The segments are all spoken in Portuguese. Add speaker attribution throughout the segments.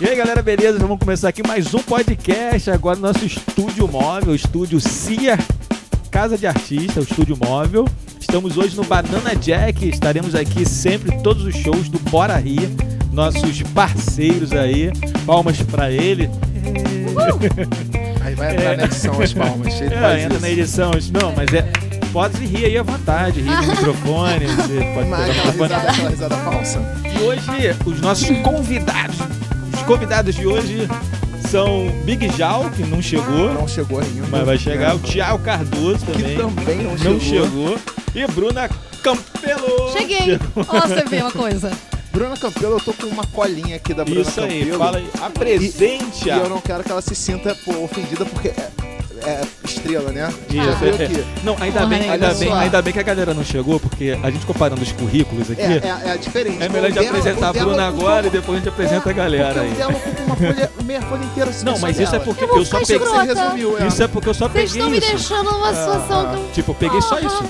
Speaker 1: E aí galera, beleza? Vamos começar aqui mais um podcast. Agora no nosso estúdio móvel, estúdio CIA, Casa de Artista, o estúdio móvel. Estamos hoje no Banana Jack. Estaremos aqui sempre, todos os shows do Bora Rir. Nossos parceiros aí. Palmas pra ele.
Speaker 2: Aí vai entrar na edição as palmas. Ele
Speaker 1: É,
Speaker 2: faz
Speaker 1: entra
Speaker 2: isso.
Speaker 1: na edição. Não, mas é. Pode rir aí à vontade, rir no microfone. você Pode
Speaker 2: Mas
Speaker 1: pegar o microfone.
Speaker 2: aquela risada, aquela risada falsa.
Speaker 1: E hoje, os nossos convidados. Os convidados de hoje são Big Jal, que não chegou,
Speaker 2: Não chegou ainda.
Speaker 1: mas vai chegar. O Thiago Cardoso
Speaker 2: Que
Speaker 1: também,
Speaker 2: também não,
Speaker 1: não
Speaker 2: chegou.
Speaker 1: chegou. E Bruna Campelo.
Speaker 3: Cheguei! Ó, você vê uma coisa.
Speaker 2: Bruna Campelo, eu tô com uma colinha aqui da Bruna
Speaker 1: Isso aí,
Speaker 2: Campelo.
Speaker 1: fala aí. Apresente
Speaker 2: E
Speaker 1: a.
Speaker 2: eu não quero que ela se sinta pô, ofendida porque é, é estrela, né?
Speaker 1: Isso,
Speaker 2: Já veio
Speaker 1: é.
Speaker 2: aqui.
Speaker 1: Não, ainda
Speaker 3: Porra,
Speaker 1: bem,
Speaker 3: né?
Speaker 1: ainda
Speaker 2: Olha
Speaker 1: bem,
Speaker 2: só.
Speaker 1: ainda bem que a galera não chegou, porque a gente comparando os currículos aqui,
Speaker 2: É, é, é diferente.
Speaker 1: é melhor
Speaker 2: O
Speaker 1: de
Speaker 2: dela-
Speaker 1: apresentar
Speaker 2: o
Speaker 1: a
Speaker 2: dela
Speaker 1: Bruna
Speaker 2: ocupa-
Speaker 1: agora e depois a gente apresenta a galera
Speaker 2: porque
Speaker 1: aí.
Speaker 2: O dela ocupa uma folha, meia folha inteira. assim,
Speaker 1: Não,
Speaker 2: só
Speaker 1: mas isso é
Speaker 2: dela.
Speaker 1: porque
Speaker 3: Eu vou
Speaker 1: eu só
Speaker 3: ficar
Speaker 1: peguei.
Speaker 2: Você
Speaker 3: Brota.
Speaker 2: resumiu ela.
Speaker 1: Isso é porque eu só
Speaker 3: Vocês
Speaker 1: peguei
Speaker 3: estão me
Speaker 1: isso.
Speaker 3: deixando numa situação
Speaker 2: Ah.
Speaker 3: tão.
Speaker 1: Tipo, eu peguei só isso.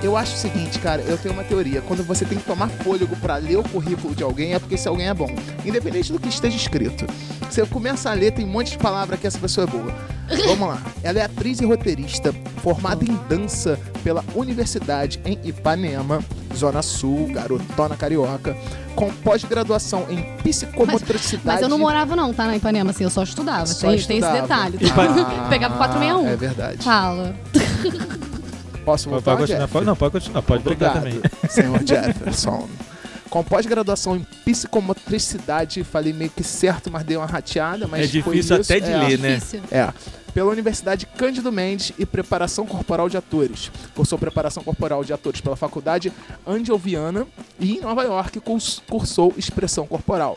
Speaker 2: Eu acho o seguinte, cara, eu tenho uma teoria. Quando você tem que tomar fôlego pra ler o currículo de alguém, é porque esse alguém é bom. Independente do que esteja escrito. Você começa a ler, tem um monte de palavra que essa pessoa é boa. Vamos lá. Ela é atriz e roteirista, formada em dança pela Universidade em Ipanema, Zona Sul, garotona carioca, com pós-graduação em psicomotricidade.
Speaker 3: Mas eu não morava, não, tá? Na Ipanema, assim, eu só estudava.
Speaker 2: Só
Speaker 3: tem, tem
Speaker 2: estudava. Ah,
Speaker 3: esse detalhe. tá?
Speaker 1: Ipa-
Speaker 3: Pegava 461.
Speaker 2: É verdade.
Speaker 3: Fala.
Speaker 2: Posso
Speaker 1: Pode,
Speaker 2: voltar,
Speaker 1: pode continuar,
Speaker 2: Jeff?
Speaker 1: pode, não, pode continuar, pode brigar
Speaker 2: Obrigado,
Speaker 1: também.
Speaker 2: senhor Jefferson. Com pós-graduação em psicomotricidade, falei meio que certo, mas dei uma rateada, mas
Speaker 1: É
Speaker 2: foi
Speaker 1: difícil
Speaker 2: isso.
Speaker 1: até de
Speaker 2: É,
Speaker 1: ler, né?
Speaker 3: Difícil.
Speaker 2: É. Pela Universidade Cândido Mendes e Preparação Corporal de Atores. Cursou Preparação Corporal de Atores pela Faculdade Angelviana e em Nova York curs- cursou Expressão Corporal.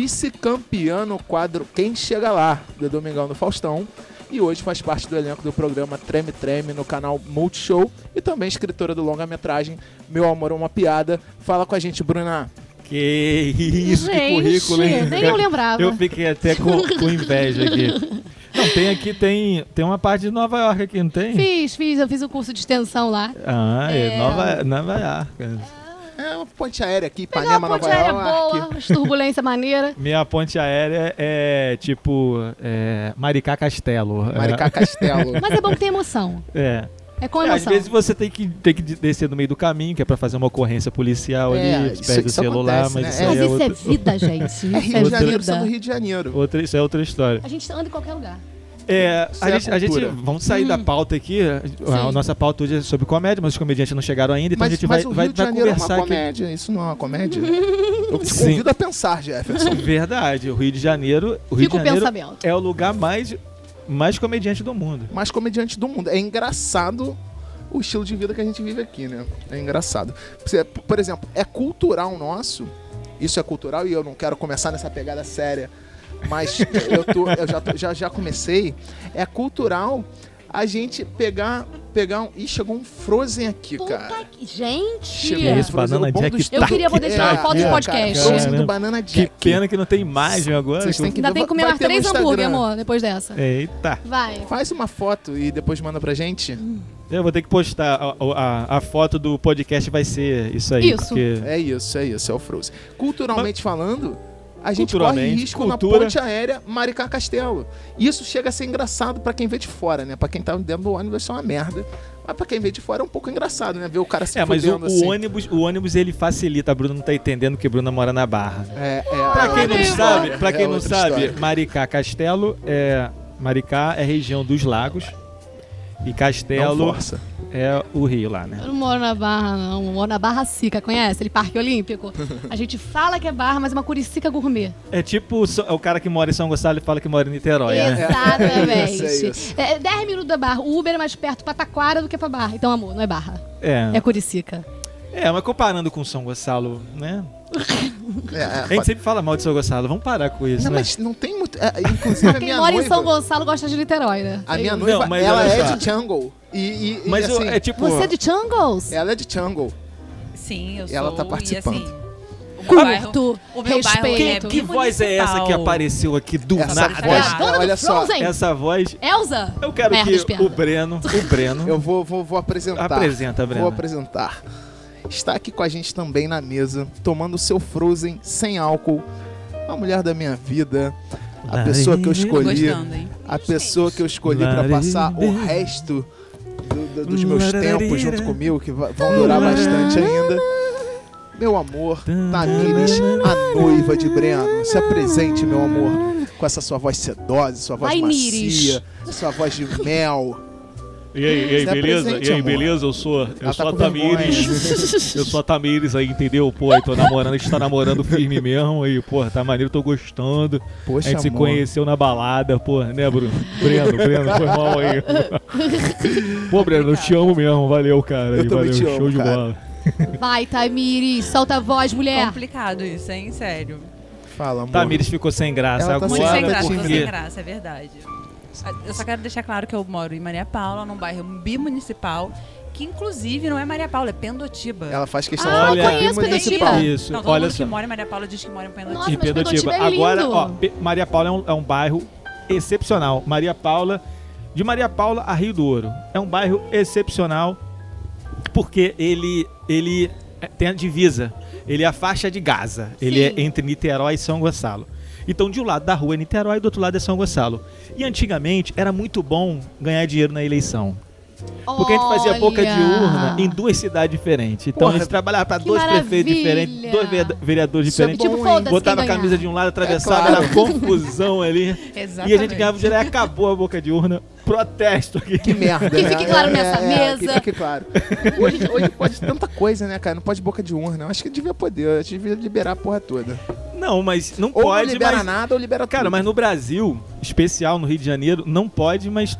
Speaker 2: Vice-campeã no quadro Quem Chega Lá, do Domingão do Faustão. E hoje faz parte do elenco do programa Treme Treme no canal Multishow e também escritora do longa-metragem Meu Amor é uma Piada. Fala com a gente, Bruna.
Speaker 1: Que isso, que
Speaker 3: Gente,
Speaker 1: currículo, hein?
Speaker 3: Nem eu lembrava.
Speaker 1: Eu fiquei até com, com inveja aqui. Não, tem aqui, tem, tem uma parte de Nova York aqui, não tem?
Speaker 3: Fiz, fiz, eu fiz o curso de extensão lá.
Speaker 1: Ah, é,
Speaker 3: É.
Speaker 1: Nova, Nova York.
Speaker 2: É uma ponte aérea aqui,
Speaker 3: Pegar
Speaker 2: Ipanema,
Speaker 3: uma ponte
Speaker 2: Nova
Speaker 3: aérea
Speaker 2: York.
Speaker 3: boa, as turbulência maneira.
Speaker 1: Minha ponte aérea é tipo é, Maricá Castelo.
Speaker 2: Maricá Castelo.
Speaker 3: Mas é bom que tem emoção.
Speaker 1: É.
Speaker 3: É com
Speaker 1: É, às
Speaker 3: emoção.
Speaker 1: vezes você tem que, tem que descer no meio do caminho, que é pra fazer uma ocorrência policial
Speaker 2: É,
Speaker 1: ali,
Speaker 2: isso-
Speaker 1: perde o
Speaker 2: isso
Speaker 1: celular,
Speaker 2: acontece, né?
Speaker 1: mas
Speaker 3: Mas
Speaker 1: isso aí
Speaker 3: isso é
Speaker 1: é, outra,
Speaker 3: vida, gente. Isso
Speaker 2: É Rio de
Speaker 3: é
Speaker 2: Janeiro, sendo
Speaker 3: vida.
Speaker 2: Rio de Janeiro.
Speaker 1: outra, isso é outra história.
Speaker 3: A gente anda em qualquer lugar.
Speaker 1: É,
Speaker 2: Isso
Speaker 1: a,
Speaker 2: é
Speaker 1: gente, a gente-
Speaker 2: cultura.
Speaker 1: Vamos sair
Speaker 2: Hum.
Speaker 1: da pauta aqui. A- A,
Speaker 3: Sim.
Speaker 1: nossa pauta hoje é sobre comédia, mas os comediantes não chegaram ainda, então
Speaker 2: mas
Speaker 1: a gente
Speaker 2: mas
Speaker 1: vai,
Speaker 2: o
Speaker 1: vai,
Speaker 2: Rio de
Speaker 1: vai
Speaker 2: Janeiro é uma
Speaker 1: conversar aqui.
Speaker 2: comédia, isso não é uma comédia? Eu te
Speaker 1: Sim.
Speaker 2: convido a pensar, Jefferson.
Speaker 1: Verdade, o Rio de Janeiro. O Rio
Speaker 3: Fico
Speaker 1: de Janeiro
Speaker 3: pensamento.
Speaker 1: é o lugar mais, mais comediante do mundo.
Speaker 2: Mais comediante do mundo. É engraçado o estilo de vida que a gente vive aqui, né? É engraçado. Você- Por exemplo, é cultural nosso, isso é cultural e eu não quero começar nessa pegada séria, mas eu, tô- eu já, tô- já, já comecei. É cultural a gente pegar. pegar um, Ih, chegou um Frozen aqui, cara.
Speaker 3: Puta que. Gente!
Speaker 2: Chegou
Speaker 1: Que
Speaker 2: um
Speaker 1: isso,
Speaker 2: Frozen,
Speaker 1: Banana
Speaker 2: o bom
Speaker 1: Jack
Speaker 2: dos
Speaker 1: tá
Speaker 3: Eu queria poder tirar uma
Speaker 1: É,
Speaker 3: foto do
Speaker 1: é,
Speaker 3: podcast.
Speaker 1: cara.
Speaker 2: Frozen do
Speaker 1: Caramba.
Speaker 2: Banana
Speaker 1: Que
Speaker 2: Jack.
Speaker 1: pena que não tem imagem agora.
Speaker 2: Vocês têm que
Speaker 3: Ainda tem que comer
Speaker 2: Vai
Speaker 3: mais
Speaker 2: ter no
Speaker 3: três hambúrguer,
Speaker 2: Instagram. É.
Speaker 3: amor, depois dessa.
Speaker 1: Eita.
Speaker 3: Vai.
Speaker 2: Faz uma foto e depois manda pra gente.
Speaker 1: Eu vou ter que postar. A, a, a foto do podcast vai ser isso aí.
Speaker 3: Isso.
Speaker 1: Porque...
Speaker 2: É isso, é isso, é o Frozen. Culturalmente falando, a gente
Speaker 1: Culturalmente,
Speaker 2: corre risco
Speaker 1: cultura.
Speaker 2: na ponte aérea Maricá Castelo. Isso chega a ser engraçado pra quem vê de fora, né? Pra quem tá dentro do ônibus isso é uma merda. Mas pra quem vê de fora é um pouco engraçado, né? Ver o cara se
Speaker 1: É, mas o,
Speaker 2: fudendo assim.
Speaker 1: o ônibus, o ônibus ele facilita. A Bruna não tá entendendo que a Bruna mora na Barra.
Speaker 2: É, é,
Speaker 1: Pra quem não
Speaker 3: Olha,
Speaker 1: sabe, pra
Speaker 2: É
Speaker 1: quem não
Speaker 2: outra
Speaker 1: sabe,
Speaker 2: história.
Speaker 1: Maricá Castelo é Maricá é região dos lagos e
Speaker 2: Não
Speaker 1: Castelo
Speaker 2: força.
Speaker 1: é o rio lá, né?
Speaker 3: Eu não moro na Barra, não. Eu moro na Barra Sica, conhece? Ele Parque Olímpico. A gente fala que é Barra, mas é uma curicica gourmet.
Speaker 1: É tipo o so- é o cara que mora em São Gonçalo e fala que mora em Niterói, né?
Speaker 3: Exatamente.
Speaker 2: É Oh, isso, é isso.
Speaker 3: É 10 minutos da Barra. O Uber é mais perto pra Taquara do que pra Barra. Então, amor, não é Barra. É
Speaker 1: É.
Speaker 3: curicica.
Speaker 1: É, mas comparando com São Gonçalo, né?
Speaker 2: É, é,
Speaker 1: A gente sempre fala mal de São Gonçalo, vamos parar com isso,
Speaker 2: Não,
Speaker 1: né?
Speaker 2: mas não tem muito. é, inclusive, a
Speaker 3: Quem
Speaker 2: minha
Speaker 3: mora
Speaker 2: noiva,
Speaker 3: em São Gonçalo gosta de Niterói, né?
Speaker 2: A minha
Speaker 3: É isso.
Speaker 2: noiva,
Speaker 1: Não, mas
Speaker 2: ela
Speaker 1: olha
Speaker 2: é
Speaker 1: só.
Speaker 2: de Jungle. E, e, e,
Speaker 1: Mas eu-
Speaker 2: assim,
Speaker 1: é tipo
Speaker 3: Você é de Changles?
Speaker 2: ela é de Jungle.
Speaker 4: Sim, eu sou.
Speaker 2: Ela tá participando.
Speaker 4: E, assim, o meu bairro,
Speaker 3: Curto,
Speaker 4: o meu bairro, ele é
Speaker 3: respeito.
Speaker 1: que
Speaker 4: bem
Speaker 1: voz é essa que
Speaker 4: municipal.
Speaker 1: apareceu aqui do
Speaker 2: Essa
Speaker 1: nada?
Speaker 3: É
Speaker 2: voz,
Speaker 3: a dona
Speaker 2: olha
Speaker 3: do
Speaker 2: só,
Speaker 3: Frozen?
Speaker 1: Essa voz.
Speaker 3: Elsa?
Speaker 1: Eu quero
Speaker 3: Merda,
Speaker 1: que
Speaker 3: esperta.
Speaker 1: o Breno, o Breno
Speaker 2: Eu vou, vou, vou apresentar.
Speaker 1: apresenta,
Speaker 2: Vou
Speaker 1: Breno.
Speaker 2: apresentar. Está aqui com a gente também na mesa, tomando seu Frozen sem álcool, a mulher da minha vida, a
Speaker 1: Lá
Speaker 2: pessoa que eu
Speaker 1: vem
Speaker 4: Tô
Speaker 2: escolhi,
Speaker 4: gostando, hein?
Speaker 2: a pessoa que eu escolhi pra passar o resto do- do- dos meus tempos junto comigo, que va- vão durar bastante ainda. Meu amor, Tamires, a noiva de Breno, se apresente, meu amor, com essa sua voz sedosa, sua voz
Speaker 3: Vai,
Speaker 2: macia,
Speaker 3: Nires.
Speaker 2: sua voz de mel.
Speaker 1: E aí, e aí,
Speaker 2: Isso é
Speaker 1: beleza?
Speaker 2: presente,
Speaker 1: e aí,
Speaker 2: amor.
Speaker 1: beleza? Eu sou,
Speaker 2: Ela
Speaker 1: eu sou
Speaker 2: tá
Speaker 1: a
Speaker 2: com vergonha.
Speaker 1: Tamires. eu sou a Tamires aí, entendeu? Pô, aí tô namorando, a gente tá namorando firme mesmo. Aí, pô, tá maneiro, tô gostando.
Speaker 2: Poxa,
Speaker 1: a gente se
Speaker 2: amor.
Speaker 1: conheceu na balada, pô, né, Bruno? Breno, Breno, foi mal aí. pô, Breno, eu te amo mesmo. Valeu, cara.
Speaker 2: Eu
Speaker 1: e
Speaker 2: também
Speaker 1: valeu,
Speaker 2: te
Speaker 1: show
Speaker 2: amo,
Speaker 1: de
Speaker 2: cara.
Speaker 1: bola.
Speaker 3: Vai, Tamires, solta a voz,
Speaker 1: É.
Speaker 3: mulher.
Speaker 4: Complicado isso, hein? Sério.
Speaker 2: Fala, amor.
Speaker 1: Tamires ficou sem graça.
Speaker 2: Ela tá
Speaker 1: Agora
Speaker 4: Muito sem graça,
Speaker 1: por
Speaker 4: tô
Speaker 2: Porque-
Speaker 4: sem graça, é verdade. Eu só quero deixar claro que eu moro em Maria Paula, num bairro bimunicipal, que inclusive não é Maria Paula, é Pendotiba.
Speaker 2: Ela faz questão
Speaker 3: Ah,
Speaker 2: de
Speaker 1: eu
Speaker 2: falar
Speaker 3: conheço
Speaker 2: municipal.
Speaker 3: Pendotiba.
Speaker 1: Isso,
Speaker 4: não, todo
Speaker 1: olha
Speaker 4: mundo
Speaker 1: só.
Speaker 4: que mora em Maria Paula diz que mora em Pendotiba.
Speaker 3: Nossa,
Speaker 1: em
Speaker 3: mas Pendotiba
Speaker 1: Pedotiba.
Speaker 3: é
Speaker 1: Agora,
Speaker 3: lindo.
Speaker 1: ó, Pe- Maria Paula é um, é um bairro excepcional. Maria Paula, de Maria Paula a Rio do Ouro, é um bairro excepcional porque ele ele é- tem a divisa, ele é a faixa de Gaza, ele é entre Niterói e São Gonçalo. Então, de um lado da rua é Niterói, do outro lado é São Gonçalo. E antigamente era muito bom ganhar dinheiro na eleição. Porque a gente fazia boca de urna em duas cidades diferentes. Então
Speaker 2: Porra,
Speaker 1: a gente trabalhava para
Speaker 3: que
Speaker 1: dois prefeitos
Speaker 3: maravilha.
Speaker 1: diferentes, dois vere- vereadores
Speaker 2: Isso é
Speaker 1: diferentes.
Speaker 3: Tipo,
Speaker 2: Bom, hein?
Speaker 3: foda-se
Speaker 1: Botava a
Speaker 3: quem ganhar.
Speaker 1: camisa de um lado, atravessava,
Speaker 2: É claro.
Speaker 1: era confusão ali.
Speaker 4: Exatamente.
Speaker 1: E a gente ganhava o dinheiro e acabou a boca de urna. Protesto aqui.
Speaker 2: Que merda,
Speaker 3: Que
Speaker 2: né?
Speaker 3: fique claro
Speaker 2: É,
Speaker 3: nessa
Speaker 2: é, é, Que
Speaker 3: mesa.
Speaker 2: fique claro. Hoje, hoje pode tanta coisa, né, cara? Não pode boca de urna. Eu acho que devia poder. Eu acho que devia liberar a porra toda.
Speaker 1: Não, mas não
Speaker 2: Ou não
Speaker 1: pode,
Speaker 2: libera
Speaker 1: mas...
Speaker 2: nada, ou libera
Speaker 1: Cara,
Speaker 2: tudo.
Speaker 1: mas no Brasil, especial no Rio de Janeiro, não pode, mas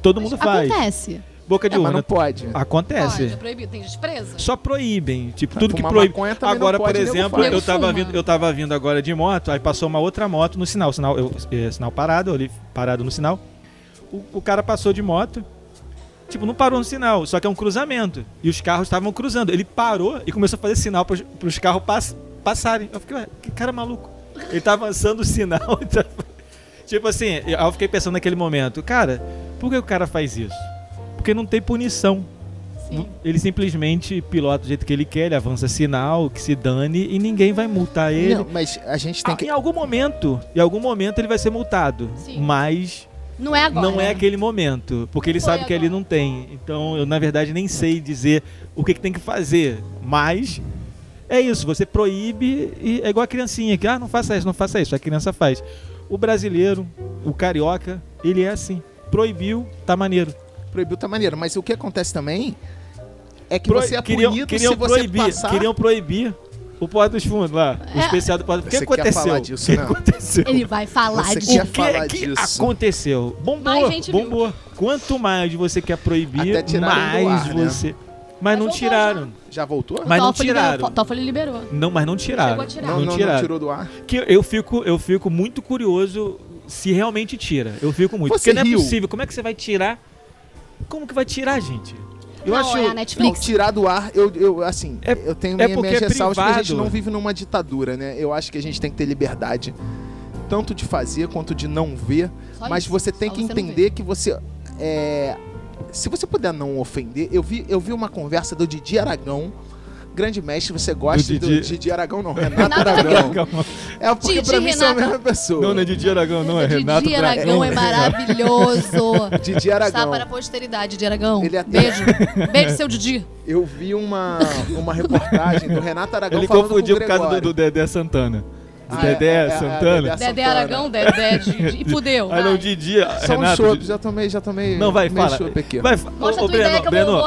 Speaker 1: todo mundo faz.
Speaker 3: Acontece.
Speaker 1: Boca de
Speaker 2: É, mas
Speaker 1: urna.
Speaker 2: não pode.
Speaker 1: Acontece.
Speaker 3: Pode, é proibido. Tem gente presa.
Speaker 1: Só proíbem. Tipo, tudo que
Speaker 2: Fumar
Speaker 1: proíbe.
Speaker 2: maconha também não
Speaker 1: Agora,
Speaker 2: pode,
Speaker 1: por
Speaker 2: nego
Speaker 1: exemplo,
Speaker 2: fala.
Speaker 1: eu tava,
Speaker 3: Fuma.
Speaker 1: vindo, eu tava vindo agora de moto, aí passou uma outra moto no sinal. Sinal, eu, é, sinal parado, eu ali parado no sinal. O, o cara passou de moto, tipo, não parou no sinal, só que é um cruzamento. E os carros estavam cruzando. Ele parou e começou a fazer sinal pros, pros carros pass- passarem. Eu fiquei, ué, que cara maluco. Ele tá avançando o sinal. tá- tipo assim, eu- aí eu fiquei pensando naquele momento, cara, por que o cara faz isso? Porque não tem punição.
Speaker 3: Sim.
Speaker 1: Ele simplesmente pilota do jeito que ele quer, ele avança sinal, que se dane e ninguém vai multar ele.
Speaker 2: Não, mas a gente tem
Speaker 1: Ah,
Speaker 2: que.
Speaker 1: Em algum momento, em algum momento ele vai ser multado,
Speaker 3: Sim.
Speaker 1: mas
Speaker 3: Não é agora.
Speaker 1: não é aquele momento, porque ele
Speaker 3: Foi
Speaker 1: sabe que
Speaker 3: agora.
Speaker 1: ali não tem. Então, eu na verdade nem sei dizer o que, que tem que fazer, mas é isso, você proíbe e é igual a criancinha que ah, não faça isso, não faça isso, a criança faz. O brasileiro, o carioca, ele é assim. Proibiu, tá maneiro.
Speaker 2: Proibiu tá maneiro. Mas o que acontece também é que
Speaker 1: Pro-
Speaker 2: você é
Speaker 1: queriam,
Speaker 2: punido
Speaker 1: queriam
Speaker 2: se você
Speaker 1: proibir,
Speaker 2: passar.
Speaker 1: Queriam proibir o Porta dos Fundos lá, o
Speaker 3: É.
Speaker 1: especial do Porta O que
Speaker 2: Você quer
Speaker 1: aconteceu?
Speaker 2: falar disso,
Speaker 1: o que
Speaker 2: né?
Speaker 1: aconteceu?
Speaker 3: Ele vai falar
Speaker 2: Você
Speaker 3: de
Speaker 2: quer
Speaker 1: O que,
Speaker 2: falar
Speaker 1: que
Speaker 2: disso.
Speaker 1: aconteceu? Bombou,
Speaker 3: Mais gente viu.
Speaker 1: bombou. Quanto mais você quer proibir,
Speaker 2: Até tiraram do
Speaker 1: mais
Speaker 2: ar, né?
Speaker 1: você... Mas
Speaker 3: Mas
Speaker 1: não
Speaker 3: voltou
Speaker 1: tiraram.
Speaker 2: Já voltou?
Speaker 1: Mas não
Speaker 3: Toffoli liberou-
Speaker 1: tiraram.
Speaker 3: Toffoli liberou.
Speaker 1: Não, mas não
Speaker 3: Chegou
Speaker 1: tiraram.
Speaker 3: a tirar.
Speaker 1: Não, tiraram.
Speaker 2: tirou do ar.
Speaker 1: Que eu fico, eu fico muito curioso se realmente tira. Eu fico muito.
Speaker 2: Você
Speaker 1: Porque não é
Speaker 2: riu.
Speaker 1: possível. Como é que você vai tirar? Como que vai tirar, gente? Eu
Speaker 3: não,
Speaker 1: acho.
Speaker 3: é a
Speaker 2: Não,
Speaker 3: Netflix.
Speaker 2: tirar do ar, eu, eu assim,
Speaker 1: É-
Speaker 2: eu tenho
Speaker 1: é
Speaker 2: minha,
Speaker 1: porque
Speaker 2: minhas
Speaker 1: é
Speaker 2: ressalvas porque a gente
Speaker 1: privado.
Speaker 2: não vive numa ditadura, né? Eu acho que a gente tem que ter liberdade, tanto de fazer quanto de não ver,
Speaker 3: Só
Speaker 2: mas
Speaker 3: isso,
Speaker 2: você tem
Speaker 3: só
Speaker 2: que
Speaker 3: você não vê.
Speaker 2: entender que você é, se você puder não ofender, eu vi, eu vi uma conversa do Didi Aragão, grande mestre, você gosta do
Speaker 1: Do
Speaker 2: Didi,
Speaker 1: Didi-
Speaker 2: Aragão não, Renato
Speaker 3: Renato
Speaker 2: Aragão.
Speaker 1: Calma.
Speaker 2: É porque
Speaker 3: Didi
Speaker 2: pra mim são a
Speaker 3: Renato.
Speaker 2: mesma pessoa.
Speaker 1: Não, não é Didi Aragão, não. É
Speaker 3: Didi
Speaker 1: Renato Braga.
Speaker 3: Aragão é maravilhoso.
Speaker 2: Didi
Speaker 3: Está
Speaker 2: Aragão.
Speaker 3: para a posteridade, Didi Aragão.
Speaker 2: Ele é até-
Speaker 3: Beijo. Beijo, seu Didi.
Speaker 2: Eu vi uma, uma reportagem do Renato Aragão
Speaker 1: Ele
Speaker 2: falando
Speaker 1: confundiu
Speaker 2: com o
Speaker 1: por causa do,
Speaker 2: Gregório.
Speaker 1: do Dedé Santana. Do
Speaker 2: Ah, é,
Speaker 1: Dedé
Speaker 2: é, é, é,
Speaker 1: Santana.
Speaker 2: Dedé
Speaker 3: Dedé
Speaker 2: Santana.
Speaker 3: Aragão, Dedé Didi. E fudeu.
Speaker 1: Aí não,
Speaker 3: vai.
Speaker 1: Didi,
Speaker 2: Só um
Speaker 1: Renato.
Speaker 2: chope, já tomei, já tomei.
Speaker 1: Não, vai,
Speaker 2: assim, meio
Speaker 1: fala.
Speaker 2: chope aqui.
Speaker 1: Vai, fa-
Speaker 3: Mostra
Speaker 1: Ô,
Speaker 3: a tua ideia que eu vou- vou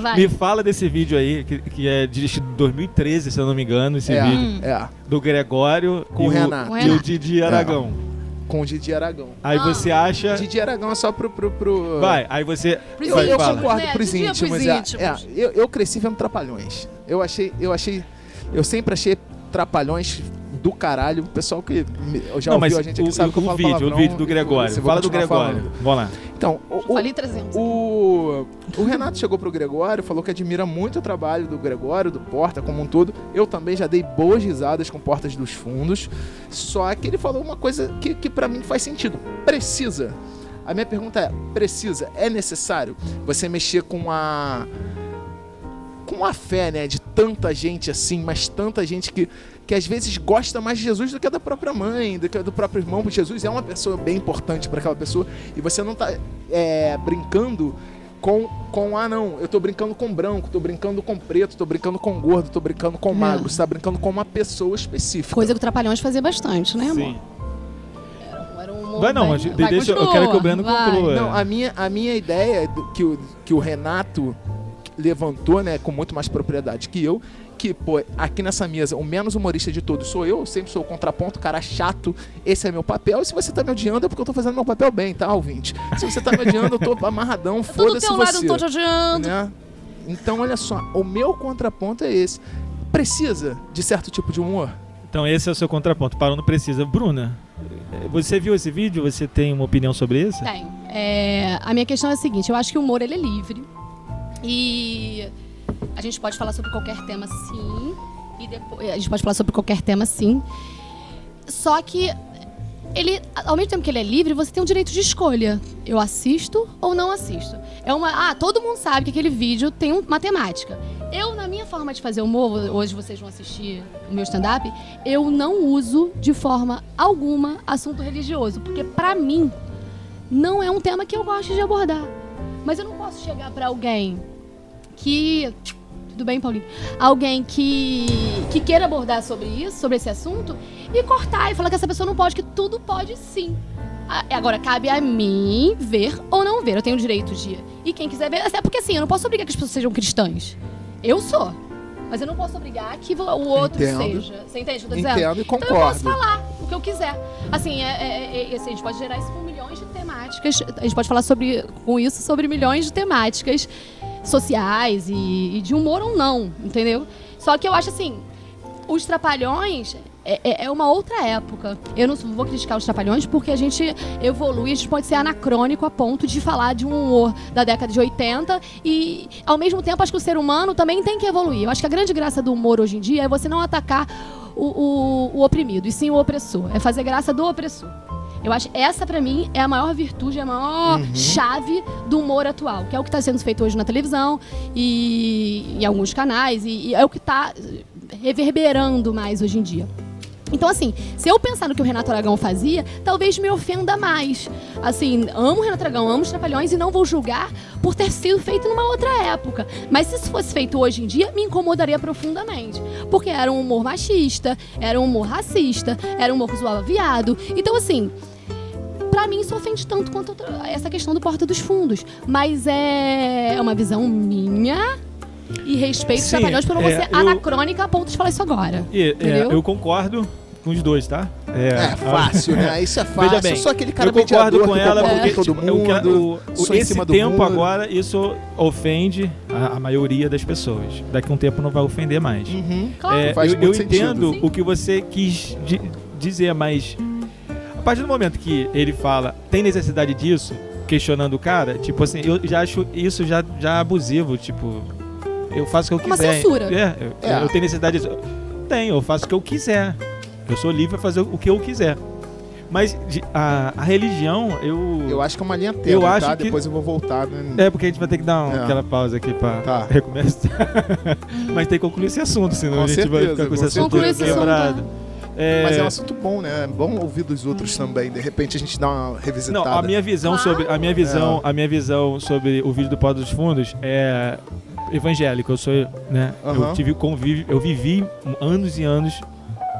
Speaker 1: fala-
Speaker 3: vai.
Speaker 1: Me fala desse vídeo aí, que, que é de 2013, se eu não me engano, esse
Speaker 2: é,
Speaker 1: vídeo.
Speaker 3: Hum.
Speaker 2: é,
Speaker 1: Do Gregório
Speaker 2: Com
Speaker 1: e
Speaker 2: o Renato. É.
Speaker 3: Com
Speaker 1: E o
Speaker 3: Renato.
Speaker 1: Didi Aragão.
Speaker 2: com o Didi Aragão.
Speaker 1: Aí
Speaker 3: Ah.
Speaker 1: você acha.
Speaker 2: Didi Aragão é só pro. pro, pro...
Speaker 1: Vai, aí você.
Speaker 3: Pros
Speaker 2: Eu,
Speaker 1: vai,
Speaker 2: eu
Speaker 3: íntimos,
Speaker 1: fala.
Speaker 2: concordo
Speaker 3: né?
Speaker 2: pros
Speaker 3: Didi é pros
Speaker 2: íntimos. é,
Speaker 3: íntimos.
Speaker 2: é. eu, eu cresci vendo Trapalhões. Eu achei, eu achei. Eu sempre achei Trapalhões do caralho. O pessoal que me- já
Speaker 1: Não, mas
Speaker 2: ouviu a gente
Speaker 1: o,
Speaker 2: aqui sabe que eu
Speaker 1: o
Speaker 2: falo
Speaker 1: vídeo,
Speaker 2: palavrão,
Speaker 1: o vídeo do
Speaker 2: eu-
Speaker 1: Gregório.
Speaker 2: eu vou
Speaker 1: Fala do
Speaker 2: continuar
Speaker 1: Gregório.
Speaker 2: falando.
Speaker 1: Vamos lá.
Speaker 2: Então, o, o,
Speaker 3: Falei 300.
Speaker 2: O, o Renato chegou pro Gregório, falou que admira muito o trabalho do Gregório, do Porta como um todo. Eu também já dei boas risadas com Portas dos Fundos. Só que ele falou uma coisa que, que para mim faz sentido. Precisa. A minha pergunta é: precisa? É necessário você mexer com a. com a fé, né, de tanta gente assim, mas tanta gente que, que às vezes gosta mais de Jesus do que da própria mãe, do que do próprio irmão. Porque Jesus é uma pessoa bem importante para aquela pessoa e você não tá é, brincando com, com, ah não, eu tô brincando com branco, tô brincando com preto, tô brincando com gordo, tô brincando com magro. Você tá brincando com uma pessoa específica.
Speaker 3: Coisa que o Trapalhões fazia bastante, né, amor?
Speaker 1: Sim.
Speaker 3: Era um humor
Speaker 1: Vai não,
Speaker 3: bem-
Speaker 1: a gente-
Speaker 3: Vai,
Speaker 1: deixa, eu
Speaker 3: continua,
Speaker 1: quero que o Breno
Speaker 3: vai.
Speaker 1: conclua.
Speaker 2: Não, a minha, a minha ideia é do- que o, que o Renato levantou, né, com muito mais propriedade que eu, que, pô, aqui nessa mesa, o menos humorista de todos sou eu, eu sempre sou o contraponto, cara chato, esse é meu papel, e se você tá me odiando é porque eu tô fazendo meu papel bem, tá, ouvinte? Se você tá me odiando, eu tô amarradão,
Speaker 3: Eu tô do
Speaker 2: foda-se
Speaker 3: É teu lado, eu
Speaker 2: você.
Speaker 3: não tô te odiando.
Speaker 2: né? Então, olha só, o meu contraponto é esse. Precisa de certo tipo de humor?
Speaker 1: Então esse é o seu contraponto. Parou, não precisa. Bruna, eh, você viu esse vídeo? Você tem uma opinião sobre isso?
Speaker 3: Tem. É, a minha questão é a seguinte, eu acho que o humor, ele é livre. E a gente pode falar sobre qualquer tema, sim. E depois, a gente pode falar sobre qualquer tema, sim. Só que ele, ao mesmo tempo que ele é livre, você tem um direito de escolha. Eu assisto ou não assisto. É uma, ah, todo mundo sabe que aquele vídeo tem um- uma temática. Eu, na minha forma de fazer humor, hoje vocês vão assistir o meu stand-up, eu não uso de forma alguma assunto religioso. Porque, pra mim, não é um tema que eu gosto de abordar. Mas eu não posso chegar pra alguém que. Tudo bem, Paulinho? Alguém que, que queira abordar sobre isso, sobre esse assunto, e cortar e falar que essa pessoa não pode, que tudo pode sim. A- Agora, cabe a mim ver ou não ver. Eu tenho o direito de. E quem quiser ver. É porque assim, eu não posso obrigar que as pessoas sejam cristãs. Eu sou. Mas eu não posso obrigar que vo- o outro
Speaker 2: Entendo.
Speaker 3: seja. Você entende o que eu tô dizendo?
Speaker 2: Entendo e
Speaker 3: Então eu posso
Speaker 2: concordo.
Speaker 3: falar o que eu quiser. Assim, é, é- é- é- assim, a gente pode gerar isso com milhões de temáticas. A gente pode falar sobre, com isso sobre milhões de temáticas sociais e, e de humor ou não, entendeu? Só que eu acho assim, os trapalhões é, é- é uma outra época. Eu não vou criticar os trapalhões porque a gente evolui, a gente pode ser anacrônico a ponto de falar de um humor da década de 80 e, ao mesmo tempo, acho que o ser humano também tem que evoluir. Eu acho que a grande graça do humor hoje em dia é você não atacar o, o- o oprimido, e sim o opressor. É fazer graça do opressor. Eu acho essa pra mim é a maior virtude, a maior chave do humor atual, que é o que está sendo feito hoje na televisão e em alguns canais e, e é o que está reverberando mais hoje em dia. Então, assim, se eu pensar no que o Renato Aragão fazia, talvez me ofenda mais. Assim, amo o Renato Aragão, amo os Trapalhões e não vou julgar por ter sido feito numa outra época. Mas se isso fosse feito hoje em dia, me incomodaria profundamente. Porque era um humor machista, era um humor racista, era um humor que zoava viado. Então, assim, Pra mim isso ofende tanto quanto outra- essa questão do porta dos fundos, mas é uma visão minha e respeito os
Speaker 1: Sim,
Speaker 3: trapalhões por você
Speaker 1: é, eu-
Speaker 3: anacrônica a ponto de falar isso agora.
Speaker 1: E, é,
Speaker 3: Entendeu?
Speaker 1: eu concordo com os dois, tá?
Speaker 2: É fácil, né? Isso é fácil.
Speaker 1: Veja bem,
Speaker 2: só aquele cara
Speaker 1: eu concordo
Speaker 2: mediador
Speaker 1: com
Speaker 2: que
Speaker 1: ela
Speaker 2: concorda
Speaker 1: porque
Speaker 2: com todo
Speaker 1: tipo, é o que-
Speaker 2: mundo.
Speaker 1: o- o-
Speaker 2: só em
Speaker 1: esse
Speaker 2: cima do
Speaker 1: tempo
Speaker 2: muro.
Speaker 1: agora isso ofende a, a maioria das pessoas. Daqui a um tempo não vai ofender mais.
Speaker 2: Uhum.
Speaker 3: Claro.
Speaker 1: É,
Speaker 2: Faz
Speaker 1: eu,
Speaker 2: muito
Speaker 1: eu
Speaker 2: sentido.
Speaker 1: entendo
Speaker 3: Sim.
Speaker 1: o que você quis di- dizer, mas a partir do momento que ele fala tem necessidade disso, questionando o cara, tipo assim, eu já acho isso já, já abusivo, tipo, eu faço o que eu
Speaker 3: Uma
Speaker 1: quiser.
Speaker 3: censura.
Speaker 1: É, eu,
Speaker 2: É.
Speaker 1: eu tenho necessidade disso. Tenho, eu faço o que eu quiser. Eu sou livre pra fazer o que eu quiser. Mas de- a, a religião, eu.
Speaker 2: Eu acho que é uma linha tênue,
Speaker 1: Eu
Speaker 2: tá?
Speaker 1: acho que-
Speaker 2: Depois eu vou voltar. Né?
Speaker 1: É porque a gente vai ter que dar um-
Speaker 2: É.
Speaker 1: aquela pausa aqui pra
Speaker 2: Tá.
Speaker 1: recomeçar. Mas tem que concluir esse assunto, senão
Speaker 2: Com
Speaker 1: a gente vai
Speaker 2: certeza,
Speaker 1: ficar com esse
Speaker 2: com
Speaker 1: assunto
Speaker 3: certeza. Conclui esse assunto,
Speaker 1: quebrado. É,
Speaker 2: Mas é um assunto bom, né? É bom ouvir dos outros também. De repente a gente dá uma
Speaker 1: Não,
Speaker 2: revisitada.
Speaker 1: a minha visão
Speaker 3: Claro.
Speaker 1: sobre a minha visão, a minha visão sobre o vídeo do Pó dos Fundos é evangélico. Eu sou, né? Eu
Speaker 2: Aham.
Speaker 1: tive convívio, eu vivi anos e anos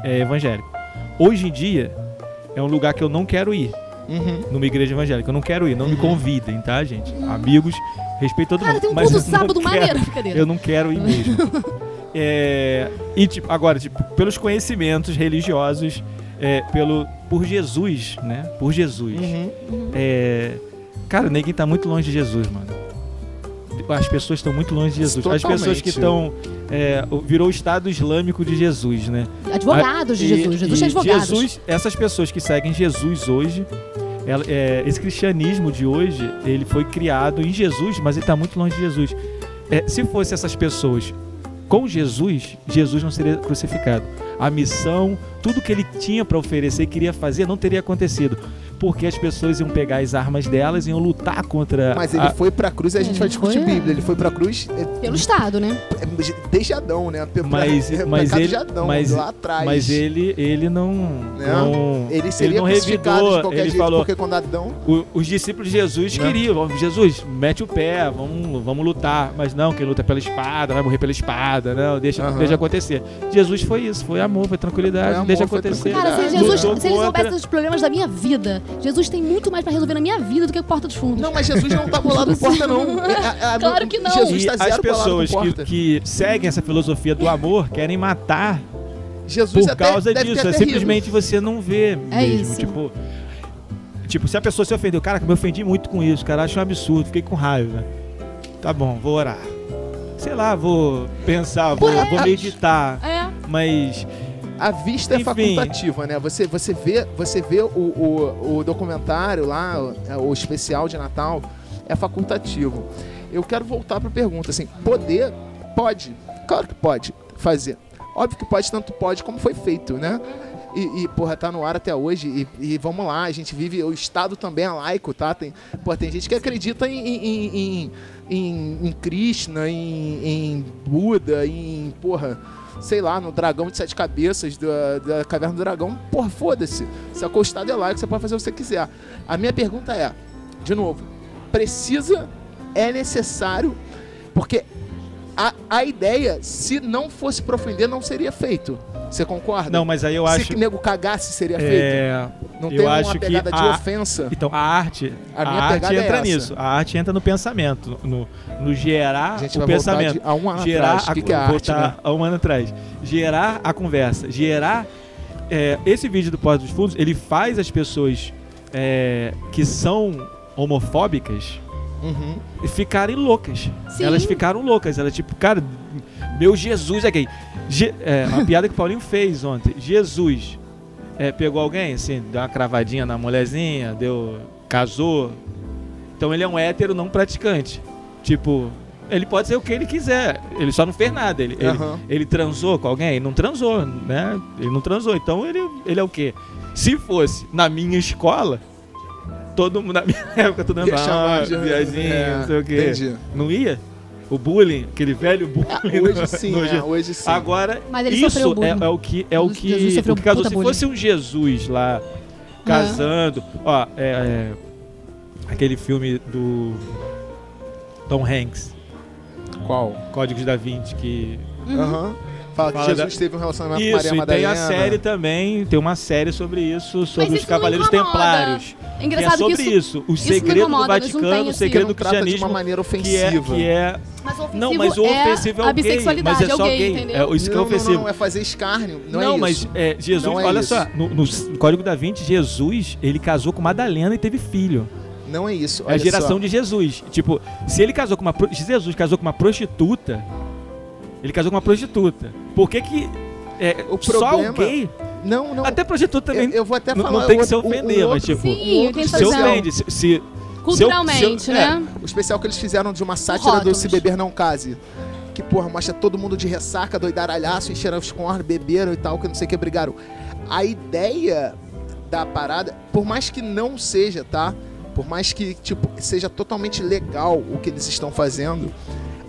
Speaker 1: é, evangélico. Hoje em dia é um lugar que eu não quero ir,
Speaker 2: Uhum.
Speaker 1: numa igreja evangélica. Eu não quero ir, não me convidem, tá, gente? Amigos, respeito todo
Speaker 3: Cara,
Speaker 1: mundo,
Speaker 3: tem um
Speaker 1: mas
Speaker 3: culto
Speaker 1: eu não
Speaker 3: sábado
Speaker 1: quero.
Speaker 3: maneiro, brincadeira.
Speaker 1: Eu não quero ir mesmo. É, e tipo, agora, tipo, pelos conhecimentos religiosos, é, pelo por Jesus, né? Por Jesus.
Speaker 2: Uhum.
Speaker 1: É. Cara, ninguém tá muito longe de Jesus, mano. As pessoas estão muito longe de Jesus. As pessoas
Speaker 2: Totalmente.
Speaker 1: que estão. É, o- virou o Estado Islâmico de Jesus, né?
Speaker 3: Advogados de
Speaker 1: E-
Speaker 3: Jesus, Jesus
Speaker 1: e
Speaker 3: é advogado.
Speaker 1: Jesus, essas pessoas que seguem Jesus hoje, ela- é, esse cristianismo de hoje, ele foi criado em Jesus, mas ele tá muito longe de Jesus. É, se fosse essas pessoas com Jesus, Jesus não seria crucificado. A missão, tudo que ele tinha para oferecer e queria fazer não teria acontecido. Porque as pessoas iam pegar as armas delas e iam lutar contra.
Speaker 2: Mas ele
Speaker 1: Ah, a-
Speaker 2: foi pra cruz e a gente vai discutir
Speaker 3: Foi.
Speaker 2: Bíblia. Ele foi pra cruz é,
Speaker 3: Pelo Estado, né?
Speaker 2: é, desde Adão, né? Pe-
Speaker 1: Mas-
Speaker 2: é,
Speaker 1: mas
Speaker 2: pecado
Speaker 1: ele-
Speaker 2: de Adão,
Speaker 1: mas-
Speaker 2: lá atrás.
Speaker 1: Mas ele, ele não. não-
Speaker 2: Ele seria
Speaker 1: não
Speaker 2: crucificado de
Speaker 1: revidou.
Speaker 2: qualquer
Speaker 1: Ele
Speaker 2: jeito,
Speaker 1: falou:
Speaker 2: porque quando Adão.
Speaker 1: O- os discípulos de Jesus
Speaker 2: Não.
Speaker 1: queriam, Jesus, mete o pé, vamos, vamos lutar. Mas não, quem luta é pela espada, vai morrer pela espada, não, deixa,
Speaker 2: Aham.
Speaker 1: deixa acontecer. Jesus foi isso, foi amor, foi tranquilidade,
Speaker 2: Foi amor,
Speaker 1: deixa
Speaker 2: foi
Speaker 1: acontecer.
Speaker 3: Cara, se,
Speaker 2: Verdade.
Speaker 3: Jesus,
Speaker 1: Lutou
Speaker 3: se ele soubesse
Speaker 1: contra-
Speaker 3: dos problemas da minha vida, Jesus tem muito mais pra resolver na minha vida do que a Porta dos Fundos.
Speaker 2: Não, mas Jesus não tá bolado com porta, não. É, é, é,
Speaker 3: Claro que não.
Speaker 2: Jesus
Speaker 1: E
Speaker 2: tá
Speaker 1: as
Speaker 2: zero bolado com
Speaker 1: pessoas que,
Speaker 2: porta.
Speaker 1: que seguem essa filosofia do amor querem matar
Speaker 2: Jesus
Speaker 1: por
Speaker 2: até
Speaker 1: causa
Speaker 2: deve ter
Speaker 1: disso. É
Speaker 2: até
Speaker 1: simplesmente você não vê
Speaker 3: É
Speaker 1: mesmo.
Speaker 3: isso.
Speaker 1: Tipo, tipo, se a pessoa se ofendeu, cara, me ofendi muito com isso, cara, acho um absurdo, fiquei com raiva. Tá bom, vou orar. Sei lá, vou pensar, vou,
Speaker 2: Por-
Speaker 1: vou meditar,
Speaker 3: É.
Speaker 1: mas
Speaker 2: rido. A vista é
Speaker 1: Enfim.
Speaker 2: facultativa, né? Você, você vê, você vê o, o, o documentário lá, é, o, o especial de Natal, é facultativo. Eu quero voltar pra pergunta, assim, poder, pode, claro que pode fazer. Óbvio que pode, tanto pode como foi feito, né? E, e, porra, tá no ar até hoje. E, e vamos lá, a gente vive. O Estado também é laico, tá? Tem, porra, tem gente que acredita em, em, em, em, em Krishna, em, em Buda, em. Porra, sei lá, no dragão de sete cabeças, da, da caverna do dragão. Porra, foda-se. Se o Estado é laico, você pode fazer o que você quiser. A minha pergunta é: de novo, precisa, é necessário, porque a, a ideia, se não fosse pra ofender, não seria feito. Você concorda?
Speaker 1: Não, mas aí eu
Speaker 2: Se
Speaker 1: acho.
Speaker 2: que nego cagasse, seria feito.
Speaker 1: É,
Speaker 2: Não
Speaker 1: eu
Speaker 2: tem uma
Speaker 1: acho que
Speaker 2: pegada de
Speaker 1: a-
Speaker 2: ofensa.
Speaker 1: então, a arte,
Speaker 2: A
Speaker 1: a,
Speaker 2: minha
Speaker 1: arte
Speaker 2: pegada é
Speaker 1: entra
Speaker 2: essa.
Speaker 1: nisso. A arte entra no pensamento, no, no gerar
Speaker 2: A gente
Speaker 1: o
Speaker 2: vai
Speaker 1: pensamento.
Speaker 2: voltar de, a um ano
Speaker 1: gerar
Speaker 2: atrás. O que, que é
Speaker 1: a,
Speaker 2: a arte,
Speaker 1: voltar
Speaker 2: né?
Speaker 1: a um ano atrás. Gerar a conversa. Gerar. é, esse vídeo do Porta dos Fundos, ele faz as pessoas é, que são homofóbicas
Speaker 2: Uhum.
Speaker 1: ficarem loucas.
Speaker 3: Sim.
Speaker 1: Elas ficaram loucas. Elas, tipo, cara, meu Jesus é gay. Je- é, uma piada que o Paulinho fez ontem. Jesus é, pegou alguém, assim, deu uma cravadinha na mulherzinha, deu. casou. Então ele é um hétero não praticante. Tipo, ele pode ser o que ele quiser. Ele só não fez nada. Ele, ele-
Speaker 2: Aham.
Speaker 1: ele transou com alguém? Não transou, né? Ele não transou. Então ele, ele é o quê? Se fosse na minha escola, todo mundo na minha época, todo mundo
Speaker 2: Ia chamar
Speaker 1: ah,
Speaker 2: de-
Speaker 1: viadinho,
Speaker 2: é,
Speaker 1: não sei o quê.
Speaker 2: Entendi.
Speaker 1: Não ia? O bullying, aquele velho bullying.
Speaker 2: É,
Speaker 1: no-
Speaker 2: hoje sim,
Speaker 1: no-
Speaker 2: é, hoje sim.
Speaker 1: Agora,
Speaker 3: Mas ele sofreu
Speaker 1: isso é,
Speaker 3: bullying.
Speaker 1: é o que é o
Speaker 3: Jesus
Speaker 1: que,
Speaker 3: sofreu
Speaker 1: o que causou.
Speaker 3: puta
Speaker 1: Se
Speaker 3: bullying.
Speaker 1: fosse um Jesus lá casando, ó, é, é, aquele filme do Tom Hanks,
Speaker 2: Qual?
Speaker 1: Códigos da Vinci, que
Speaker 2: Aham. Fala que
Speaker 1: Uhum. Fala
Speaker 2: Jesus teve um relacionamento com
Speaker 1: isso,
Speaker 2: Maria
Speaker 1: e tem
Speaker 2: Madalena.
Speaker 1: a série também, tem uma série sobre isso, sobre
Speaker 3: Mas
Speaker 1: os
Speaker 3: isso não
Speaker 1: Cavaleiros
Speaker 3: incomoda.
Speaker 1: Templários.
Speaker 3: É
Speaker 1: Que é
Speaker 3: engraçado que
Speaker 1: sobre
Speaker 3: isso.
Speaker 1: isso, o
Speaker 3: isso não
Speaker 1: segredo do
Speaker 3: incomoda, eles não assim, têm
Speaker 1: Vaticano, o
Speaker 3: esse-
Speaker 1: segredo do
Speaker 2: Trata de uma
Speaker 1: cristianismo,
Speaker 2: maneira
Speaker 1: que é,
Speaker 2: ofensiva.
Speaker 1: que é...
Speaker 3: Mas o ofensivo,
Speaker 1: Não, mas o ofensivo é,
Speaker 3: a
Speaker 1: o gay, mas
Speaker 3: bissexualidade,
Speaker 1: é só
Speaker 3: o gay,
Speaker 1: gay.
Speaker 3: entendeu?
Speaker 1: É, isso que é
Speaker 2: não, não,
Speaker 1: ofensivo.
Speaker 2: não, é fazer escárnio. Não, é
Speaker 1: mas
Speaker 2: isso.
Speaker 1: é, Jesus,
Speaker 2: Não é
Speaker 1: olha
Speaker 2: isso.
Speaker 1: só, no, no Código da Vinci, Jesus, ele casou com Madalena e teve filho.
Speaker 2: Não é isso.
Speaker 1: é a
Speaker 2: olha
Speaker 1: geração
Speaker 2: só.
Speaker 1: de Jesus. Tipo, se ele casou com uma pro- se Jesus casou com uma prostituta, ele casou com uma prostituta. Por que que é,
Speaker 2: O
Speaker 1: só
Speaker 2: problema-
Speaker 1: o gay?
Speaker 2: Não, não.
Speaker 1: Até prostituta também
Speaker 2: eu, eu vou até
Speaker 1: não-
Speaker 2: falar.
Speaker 1: não tem que
Speaker 2: o-
Speaker 1: se
Speaker 2: o- o
Speaker 1: ofender, mas,
Speaker 2: outro-
Speaker 1: tipo,
Speaker 3: Sim,
Speaker 2: o outro
Speaker 3: tem
Speaker 1: se
Speaker 3: razão.
Speaker 2: especial.
Speaker 1: ofende, se, se-
Speaker 3: Culturalmente,
Speaker 1: se eu- é.
Speaker 3: né?
Speaker 2: O especial que eles fizeram de uma sátira do
Speaker 3: rótulos.
Speaker 2: Se Beber Não Case. Que, porra, mostra todo mundo de ressaca, doidaralhaço, encheram os cornos, beberam e tal, que não sei o que, brigaram. A ideia da parada, por mais que não seja, tá? Por mais que, tipo, seja totalmente legal o que eles estão fazendo,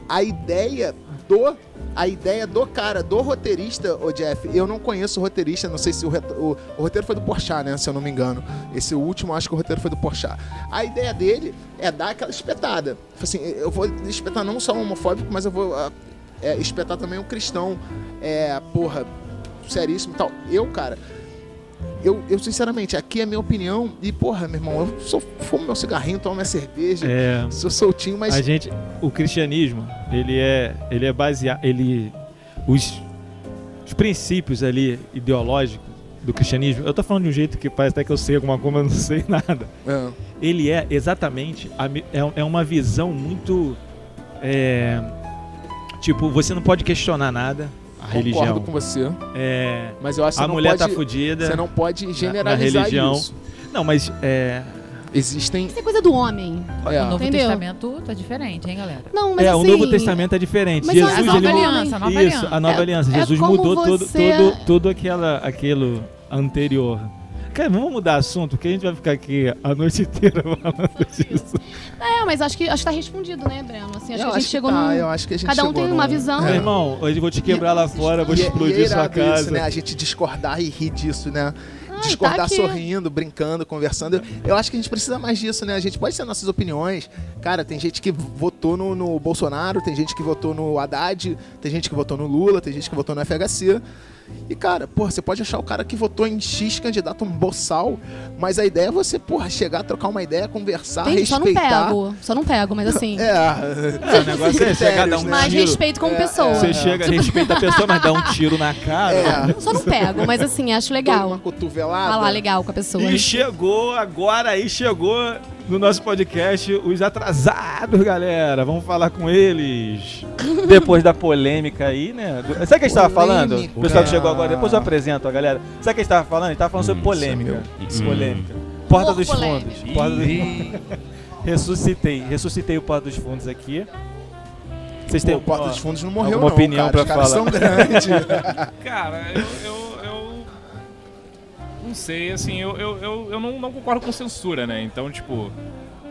Speaker 2: a ideia do... A ideia do cara, do roteirista, ô Jeff, eu não conheço o roteirista, não sei se o, reto- o- o roteiro foi do Porchat, né, se eu não me engano. Esse último, acho que o roteiro foi do Porchat. A ideia dele é dar aquela espetada. Tipo Assim, eu vou espetar não só o homofóbico, mas eu vou ah, é, espetar também o cristão. É, porra, seríssimo e tal. Eu, cara, eu, eu sinceramente, aqui é a minha opinião. E, porra, meu irmão, eu sou, fumo meu cigarrinho, tomo minha cerveja,
Speaker 1: é,
Speaker 2: sou soltinho, mas.
Speaker 1: a gente, o cristianismo, ele é, ele é baseado, ele, os, os princípios ali ideológicos do cristianismo. Eu tô falando de um jeito que parece até que eu sei alguma coisa, mas não sei nada.
Speaker 2: Ah,
Speaker 1: Ele é exatamente a mi- é, é uma visão muito é, tipo você não pode questionar nada a
Speaker 2: concordo
Speaker 1: religião.
Speaker 2: com você.
Speaker 1: É,
Speaker 2: Mas eu acho que
Speaker 1: a
Speaker 2: você não
Speaker 1: mulher tá
Speaker 2: pode.
Speaker 1: fudida.
Speaker 2: você não pode generalizar
Speaker 1: religião.
Speaker 2: isso.
Speaker 1: Não, mas é,
Speaker 2: Existem.
Speaker 3: Isso é coisa do homem.
Speaker 2: é,
Speaker 4: O Novo
Speaker 3: Entendeu?
Speaker 4: Testamento tá diferente, hein, galera?
Speaker 3: Não, mas
Speaker 1: é,
Speaker 3: assim...
Speaker 1: o Novo Testamento é diferente.
Speaker 3: mas
Speaker 1: Jesus,
Speaker 3: é uma
Speaker 1: ele
Speaker 3: nova
Speaker 1: mudou-
Speaker 3: aliança,
Speaker 4: nova
Speaker 1: Isso,
Speaker 4: aliança.
Speaker 1: a nova
Speaker 3: É-
Speaker 1: aliança.
Speaker 3: é
Speaker 1: Jesus
Speaker 3: como
Speaker 1: mudou todo,
Speaker 3: você-
Speaker 2: é.
Speaker 1: todo, todo aquela, aquilo anterior. Cara, vamos mudar assunto, porque a gente vai ficar aqui a noite inteira falando disso.
Speaker 3: É, mas acho que, acho que tá respondido, né, Breno? Assim, acho
Speaker 2: eu
Speaker 3: que a gente chegou
Speaker 2: tá,
Speaker 3: num-
Speaker 2: eu acho que a gente
Speaker 3: Cada um
Speaker 2: chegou
Speaker 3: tem uma
Speaker 2: num-
Speaker 3: visão.
Speaker 1: Meu
Speaker 2: É.
Speaker 1: irmão, hoje eu vou te quebrar lá fora, vou
Speaker 2: E é- e é
Speaker 1: explodir sua
Speaker 2: irado
Speaker 1: casa.
Speaker 2: Isso, né? A gente discordar e rir disso, né?
Speaker 3: Ai, tá
Speaker 2: Discordar
Speaker 3: aqui.
Speaker 2: sorrindo, brincando, conversando. Eu acho que a gente precisa mais disso, né? A gente pode ter nossas opiniões. Cara, tem gente que votou no, no Bolsonaro, tem gente que votou no Haddad, tem gente que votou no Lula, tem gente que votou no FHC. E, cara, porra, você pode achar o cara que votou em X candidato um boçal, mas a ideia é você, porra, chegar, trocar uma ideia, conversar,
Speaker 3: Entendi, só não
Speaker 2: tá respeitar.
Speaker 3: pego. Só não pego, mas assim...
Speaker 2: É.
Speaker 1: É, o negócio é chegar, dar um
Speaker 2: Critérios, né?
Speaker 3: Mas
Speaker 1: tiro.
Speaker 3: respeito como
Speaker 2: É,
Speaker 3: pessoa.
Speaker 1: Você chega, respeita a pessoa, mas dá um tiro na cara.
Speaker 2: É.
Speaker 3: Só não pego, mas assim, acho
Speaker 2: Dou Uma
Speaker 3: legal.
Speaker 2: cotovelada.
Speaker 3: Falar legal com a pessoa.
Speaker 1: E chegou agora, aí chegou no nosso podcast os atrasados, galera. Vamos falar com eles. Depois da polêmica aí, né? Do- Sabe o que a gente tava falando? O pessoal que chegou agora, depois eu apresento a galera. Sabe o que a gente tava falando? A gente tava falando sobre
Speaker 2: Hum, isso é
Speaker 1: polêmica.
Speaker 5: meu.
Speaker 1: Polêmica. Porta
Speaker 3: Por
Speaker 1: dos
Speaker 3: polêmica.
Speaker 1: fundos. Porta dos fundos. Ressuscitei. Ressuscitei o Porta dos Fundos aqui. Vocês têm
Speaker 2: Pô, Porta dos
Speaker 1: ó,
Speaker 2: Fundos não morreu,
Speaker 1: alguma
Speaker 2: não,
Speaker 1: opinião
Speaker 2: cara. Os
Speaker 1: pra
Speaker 2: caras
Speaker 1: falar?
Speaker 2: são grandes.
Speaker 5: Cara, eu, eu, eu não sei, assim, eu, eu, eu, eu não, não concordo com censura, né? Então, tipo,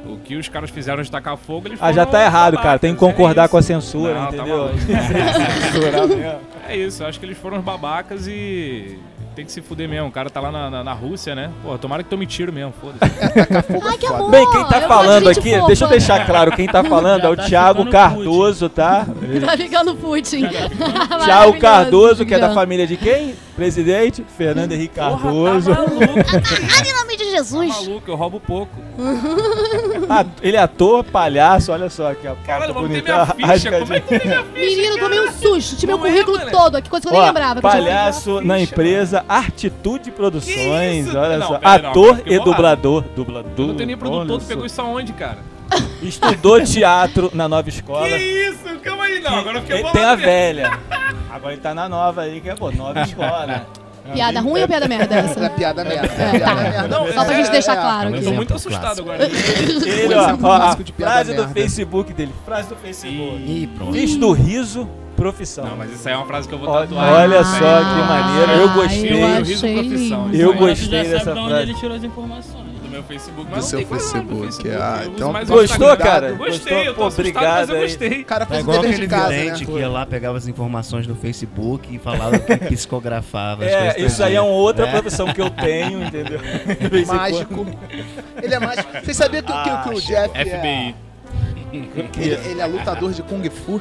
Speaker 5: o que os caras fizeram de tacar fogo, eles
Speaker 1: Ah, já
Speaker 5: foram
Speaker 1: tá errado,
Speaker 5: babacas,
Speaker 1: cara. Tem que
Speaker 5: é
Speaker 1: concordar
Speaker 5: isso.
Speaker 1: com a censura,
Speaker 5: Não, tá
Speaker 1: entendeu?
Speaker 5: maluco.
Speaker 1: Censurar mesmo.
Speaker 5: É isso, eu acho que eles foram os babacas e tem que se fuder mesmo. O cara tá lá na, na, na Rússia, né? Porra, tomara que tome tiro mesmo, foda-se.
Speaker 3: Ai, que amor!
Speaker 1: Bem, quem tá
Speaker 3: eu gosto de
Speaker 1: falando
Speaker 3: é gente
Speaker 1: aqui,
Speaker 3: fofa.
Speaker 1: deixa eu deixar claro, quem tá falando é o
Speaker 6: Já tá
Speaker 1: Thiago
Speaker 6: chutando
Speaker 1: Cardoso, tá?
Speaker 3: Tá ficando Putin.
Speaker 1: Thiago
Speaker 3: Maravilhoso,
Speaker 1: Cardoso, que é da
Speaker 3: maravilhoso.
Speaker 1: família de quem? Presidente Fernando Henrique Cardoso.
Speaker 5: Porra, tá maluco,
Speaker 3: Em nome de
Speaker 5: tá
Speaker 3: Jesus.
Speaker 5: maluco, eu roubo pouco.
Speaker 1: Ah, ele é ator, palhaço, olha só aqui, ó.
Speaker 5: Caralho, vamos ter
Speaker 1: bonita,
Speaker 5: minha ficha,
Speaker 1: rascadinha.
Speaker 5: como é que tem minha ficha?
Speaker 3: Menino, tomei um susto. Tive meu
Speaker 5: Não é,
Speaker 3: currículo
Speaker 5: moleque.
Speaker 3: todo aqui, coisa que eu
Speaker 1: Ó,
Speaker 3: nem lembrava. Continua.
Speaker 1: palhaço na empresa Artitude Produções,
Speaker 5: isso?
Speaker 1: olha
Speaker 5: Não,
Speaker 1: só.
Speaker 5: pera, não,
Speaker 1: Ator
Speaker 5: fiquei
Speaker 1: e
Speaker 5: bolado.
Speaker 1: dublador. Dublador.
Speaker 5: Eu não tenho nem
Speaker 1: olha
Speaker 5: produtor, tu
Speaker 1: só.
Speaker 5: pegou isso aonde, cara?
Speaker 1: Estudou teatro na nova escola.
Speaker 5: Que isso? Calma aí, não. Agora eu fiquei
Speaker 1: tem,
Speaker 5: bolado
Speaker 1: tem a
Speaker 5: mesmo.
Speaker 1: velha. Agora ele tá na nova aí, que é boa, nova escola.
Speaker 3: Piada ruim ou piada merda essa?
Speaker 2: É piada merda. É piada merda.
Speaker 5: Não,
Speaker 3: Só pra gente deixar
Speaker 1: é,
Speaker 3: claro
Speaker 5: Eu
Speaker 3: aqui.
Speaker 5: tô
Speaker 6: Exemplo
Speaker 5: muito assustado
Speaker 6: clássico.
Speaker 5: agora.
Speaker 1: Ele, ó,
Speaker 2: exemplo
Speaker 1: ó, a
Speaker 2: clássico de piada
Speaker 1: frase do
Speaker 2: merda.
Speaker 1: Facebook dele. Frase do Facebook.
Speaker 6: Ih, pronto.
Speaker 1: Fiz do riso profissão.
Speaker 5: Não, mas isso aí é uma frase que eu vou
Speaker 1: Ó,
Speaker 5: tatuar.
Speaker 1: olha
Speaker 5: Isso
Speaker 1: só
Speaker 5: aí. né?
Speaker 1: que maneiro. Eu gostei.
Speaker 3: Ai, Ah, eu
Speaker 5: Eu riso
Speaker 3: achei
Speaker 5: profissão.
Speaker 3: lindo.
Speaker 5: Isso
Speaker 1: Eu
Speaker 5: aí
Speaker 1: gostei
Speaker 6: Já sabe
Speaker 1: dessa
Speaker 6: de
Speaker 1: frase.
Speaker 6: onde ele tirou as informações.
Speaker 5: Do meu Facebook.
Speaker 2: Do
Speaker 5: Mas
Speaker 2: seu
Speaker 5: não tem quase nada no
Speaker 2: Facebook,
Speaker 5: Facebook.
Speaker 2: ah,
Speaker 5: eu uso
Speaker 2: então-
Speaker 5: mais o
Speaker 1: Gostou,
Speaker 5: Instagram.
Speaker 1: cara?
Speaker 5: Gostei, eu tô
Speaker 1: Pô,
Speaker 5: assustado, mas eu
Speaker 1: aí.
Speaker 5: gostei.
Speaker 2: O cara
Speaker 6: É
Speaker 2: faz o
Speaker 6: igual
Speaker 2: dever de
Speaker 6: aquele
Speaker 2: casa,
Speaker 6: vidente
Speaker 2: né?
Speaker 6: que ia lá, pegava as informações no Facebook e falava que psicografava. as coisas
Speaker 1: É, isso aí é
Speaker 6: todinha.
Speaker 1: uma outra
Speaker 6: É.
Speaker 1: profissão que eu tenho, entendeu? De vez em
Speaker 2: Mágico. Ele é mágico. Vocês sabiam que, que- que o Jeff
Speaker 5: FBI.
Speaker 2: é... Ele, ele é lutador de Kung Fu?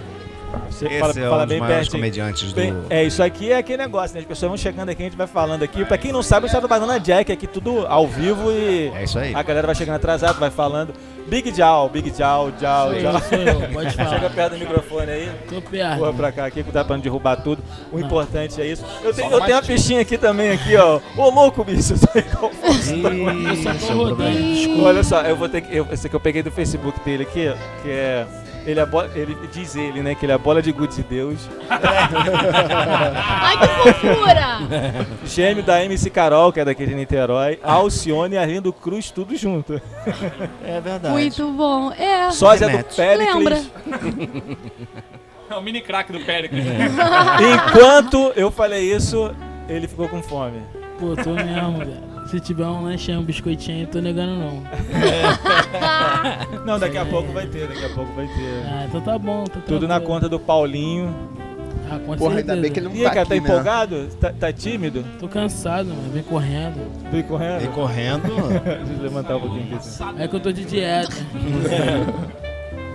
Speaker 1: quando. Você
Speaker 6: Esse
Speaker 1: fala,
Speaker 6: é um
Speaker 1: fala
Speaker 6: dos
Speaker 1: bem
Speaker 6: maiores
Speaker 1: pertinho.
Speaker 6: comediantes
Speaker 1: Bem,
Speaker 6: do...
Speaker 1: é, isso aqui é aquele negócio, né? As pessoas vão chegando aqui, a gente vai falando aqui. Pra quem não sabe, o estado do Banana Jack é aqui tudo ao vivo e
Speaker 6: É isso aí.
Speaker 1: a galera vai chegando atrasado, vai falando. Big Jal, Big Jal, Jal,
Speaker 6: Sou
Speaker 1: Jal.
Speaker 6: eu,
Speaker 1: Chega
Speaker 6: sou eu, pode falar.
Speaker 1: perto do microfone aí.
Speaker 6: Tô perto.
Speaker 1: Porra pra cá aqui, que dá pra não derrubar tudo. O importante é isso. Eu tenho, eu tenho a fichinha aqui também, aqui, ó. Ô, louco, bicho. eu tô igual o Faustão.
Speaker 6: Isso, é um problema.
Speaker 1: Olha só, eu vou ter que. Eu, esse que eu peguei do Facebook dele aqui, ó, que é. Ele, é bola, ele diz ele, né? Que ele é a bola de gude de Deus.
Speaker 3: Ai, que fofura!
Speaker 1: Gêmeo da MC Carol, que é daqui de Niterói. Alcione e Arlindo Cruz, tudo junto.
Speaker 6: É verdade.
Speaker 3: Muito bom. É.
Speaker 1: Sósia do
Speaker 6: Remete.
Speaker 1: Péricles.
Speaker 3: Lembra.
Speaker 5: É o mini crack do Péricles.
Speaker 1: É. Enquanto eu falei isso, ele ficou com fome.
Speaker 6: Pô, tô mesmo, velho. Se tiver um lanche, um biscoitinho, eu tô negando não.
Speaker 1: Não, daqui a pouco vai ter, daqui a pouco vai ter.
Speaker 6: Ah, então tá bom. Tá
Speaker 1: Tudo na conta do Paulinho.
Speaker 6: Ah, com
Speaker 2: Porra,
Speaker 6: certeza.
Speaker 2: ainda bem que ele não
Speaker 1: E aí,
Speaker 2: tá
Speaker 1: cara,
Speaker 2: aqui,
Speaker 1: tá
Speaker 2: né?
Speaker 1: empolgado? Tá, tá tímido?
Speaker 6: Tô cansado, mano. Vem correndo.
Speaker 1: Tô correndo?
Speaker 6: correndo?
Speaker 1: Deixa eu levantar um pouquinho aqui. assim.
Speaker 6: É que eu tô de dieta.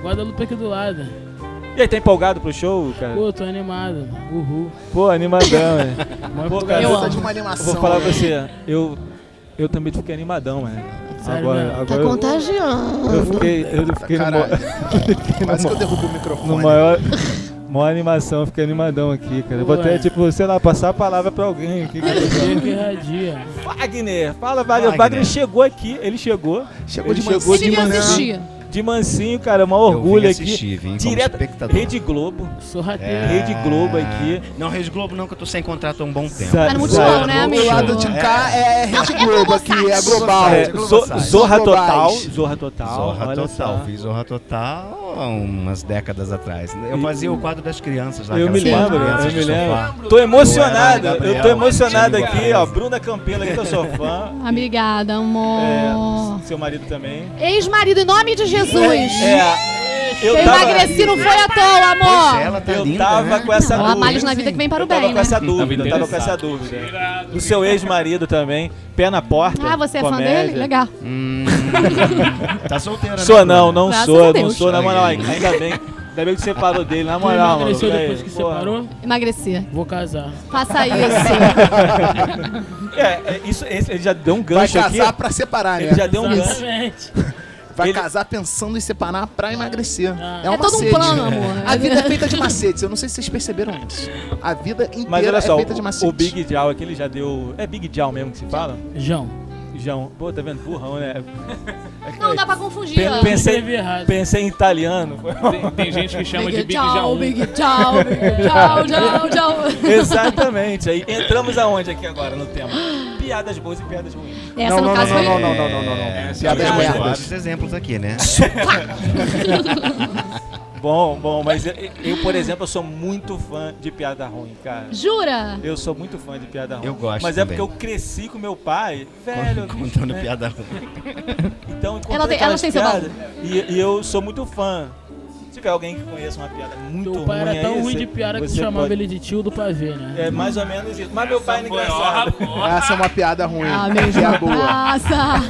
Speaker 6: Guadalupe aqui do lado.
Speaker 1: E aí, tá empolgado pro show, cara?
Speaker 6: Pô, tô animado. mano. Uhul.
Speaker 1: Pô, animadão, velho.
Speaker 6: Mó
Speaker 1: Pô, cara,
Speaker 6: empolgado.
Speaker 1: eu
Speaker 2: Tá de
Speaker 1: amo.
Speaker 2: uma
Speaker 1: Eu
Speaker 2: animação.
Speaker 1: vou falar pra
Speaker 2: né?
Speaker 1: você, eu, eu também fiquei animadão, mano.
Speaker 6: Sério
Speaker 1: Agora,
Speaker 6: mesmo?
Speaker 1: agora eu,
Speaker 3: Tá contagiando.
Speaker 1: eu fiquei, eu fiquei no,
Speaker 2: né? Caralho.
Speaker 1: mo-
Speaker 2: Quase que eu derrubo o
Speaker 1: no
Speaker 2: microfone.
Speaker 1: maior, maior animação, eu fiquei animadão aqui, cara. Eu vou até,
Speaker 6: Ué.
Speaker 1: tipo, sei lá, passar a palavra pra alguém aqui.
Speaker 6: Dia que irradia.
Speaker 1: Wagner, fala, Wagner. Wagner
Speaker 6: Wagner
Speaker 1: chegou aqui, ele chegou.
Speaker 2: Chegou
Speaker 1: Ele
Speaker 2: de manhã.
Speaker 1: chegou
Speaker 3: Ele
Speaker 1: de
Speaker 3: veio
Speaker 1: manhã.
Speaker 3: assistir.
Speaker 1: De mansinho, cara, maior
Speaker 6: Eu vim
Speaker 1: orgulho aqui.
Speaker 6: assistir, vim
Speaker 1: Direto-
Speaker 6: como espectador.
Speaker 1: Rede Globo.
Speaker 7: Sorrateiro.
Speaker 6: É.
Speaker 1: Rede Globo aqui.
Speaker 6: Não, Rede Globo não, que eu tô sem contrato há um bom tempo.
Speaker 1: Sa-
Speaker 3: Tá no Multishow, né,
Speaker 2: Do
Speaker 3: amigo?
Speaker 2: lado de cá é Rede Globo aqui, é global.
Speaker 1: É,
Speaker 6: Globo
Speaker 1: Zo-
Speaker 6: Site.
Speaker 1: Zorra
Speaker 2: Globais.
Speaker 1: Total. Zorra Total.
Speaker 6: Zorra
Speaker 1: olha
Speaker 6: Total.
Speaker 1: só.
Speaker 6: Fiz Zorra Total há umas décadas atrás. Eu
Speaker 1: E-
Speaker 6: fazia o quadro das crianças lá.
Speaker 1: Eu me
Speaker 6: aquelas
Speaker 1: lembro,
Speaker 6: crianças
Speaker 1: eu
Speaker 6: de
Speaker 1: me
Speaker 6: sofá.
Speaker 1: lembro. Tô emocionado, eu
Speaker 6: Eu era
Speaker 1: tô
Speaker 6: Gabriel,
Speaker 1: emocionado
Speaker 6: Gabriel.
Speaker 1: aqui, ó. Bruna Campelo aqui, que eu sou fã.
Speaker 3: Obrigada, amor.
Speaker 1: É, seu marido também.
Speaker 3: Ex-marido, em nome de Jesus.
Speaker 1: É, eu
Speaker 3: Eu
Speaker 1: tava,
Speaker 3: emagreci, não foi à toa,
Speaker 6: Pois é,
Speaker 3: amor.
Speaker 6: ela tá
Speaker 1: eu
Speaker 6: linda,
Speaker 1: tava
Speaker 6: né?
Speaker 1: com essa
Speaker 3: Não, há males
Speaker 1: dúvida.
Speaker 3: na vida que vem para o
Speaker 1: Eu tava
Speaker 3: bem,
Speaker 1: com
Speaker 3: né?
Speaker 1: essa dúvida, eu tava com
Speaker 5: interessado.
Speaker 1: essa dúvida. Do seu ex-marido também, pé na porta.
Speaker 3: Ah, você é fã
Speaker 1: comédia.
Speaker 3: dele? Legal.
Speaker 6: Hum, tá solteira, né,
Speaker 1: Sou não,
Speaker 6: Bruna?
Speaker 1: não
Speaker 3: Graças a
Speaker 1: sou, não
Speaker 3: Deus.
Speaker 1: sou, na moral, ainda bem. Ainda bem que você parou dele, na
Speaker 7: Tu
Speaker 1: moral, mano.
Speaker 7: emagreceu
Speaker 1: velho,
Speaker 7: depois que
Speaker 1: porra.
Speaker 7: separou?
Speaker 3: Emagrecer.
Speaker 7: Vou casar.
Speaker 3: Faça isso.
Speaker 1: É, é, isso, esse- ele já deu um
Speaker 2: Vai
Speaker 1: gancho aqui.
Speaker 2: casar pra separar, né?
Speaker 1: Ele já deu um gancho.
Speaker 7: Exatamente.
Speaker 2: Vai
Speaker 1: ele- Ah.
Speaker 2: casar pensando em separar pra emagrecer. É, um
Speaker 3: É todo um
Speaker 2: macete.
Speaker 3: plano, amor.
Speaker 2: A vida é feita de macetes. Eu não sei se vocês perceberam isso. A vida inteira
Speaker 1: Mas olha só,
Speaker 2: é feita de macetes.
Speaker 1: o, o Big Jal aqui, ele já deu. É Big Jal mesmo que se fala?
Speaker 7: João,
Speaker 1: Jão. Pô, tá vendo? Burrão, né? É que-
Speaker 3: Não, dá pra confundir.
Speaker 1: Pen-
Speaker 3: ó.
Speaker 7: eu
Speaker 1: pensei,
Speaker 7: escrevi errado.
Speaker 1: pensei em italiano.
Speaker 5: Tem, tem gente que chama de Big
Speaker 3: tchau,
Speaker 5: Jaú.
Speaker 3: Big tchau, Big tchau, tchau, tchau.
Speaker 1: Exatamente. Aí entramos aonde aqui agora no tema? Piadas boas e piadas ruins.
Speaker 3: Essa, no caso, foi...
Speaker 2: não, não, não, não, não, não.
Speaker 6: É,
Speaker 2: Piadas
Speaker 6: temos
Speaker 2: merdas.
Speaker 6: vários exemplos aqui, né?
Speaker 1: Bom, bom, mas eu, eu, por exemplo, eu sou muito fã de piada ruim, cara.
Speaker 3: Jura?
Speaker 1: Eu sou muito fã de piada ruim.
Speaker 6: Eu gosto
Speaker 1: Mas é
Speaker 6: também.
Speaker 1: porque eu cresci com meu pai, velho.
Speaker 6: Contando
Speaker 1: né?
Speaker 6: piada ruim.
Speaker 1: Então, enquanto
Speaker 3: Ela tem- ela tem seu
Speaker 1: e, e eu sou muito fã. Se tiver alguém que conheça uma piada muito
Speaker 7: Teu
Speaker 1: ruim
Speaker 7: pai
Speaker 2: é
Speaker 7: era
Speaker 1: aí,
Speaker 7: tão ruim
Speaker 1: você-
Speaker 7: de piada que tu
Speaker 1: você
Speaker 7: chamava
Speaker 1: pode-
Speaker 7: ele de tio do pavê, né?
Speaker 1: É mais ou menos isso. Mas meu pai era engraçado.
Speaker 2: Essa é uma piada ruim.
Speaker 3: Ah,
Speaker 2: e a
Speaker 3: mesma
Speaker 2: boa.
Speaker 3: praça.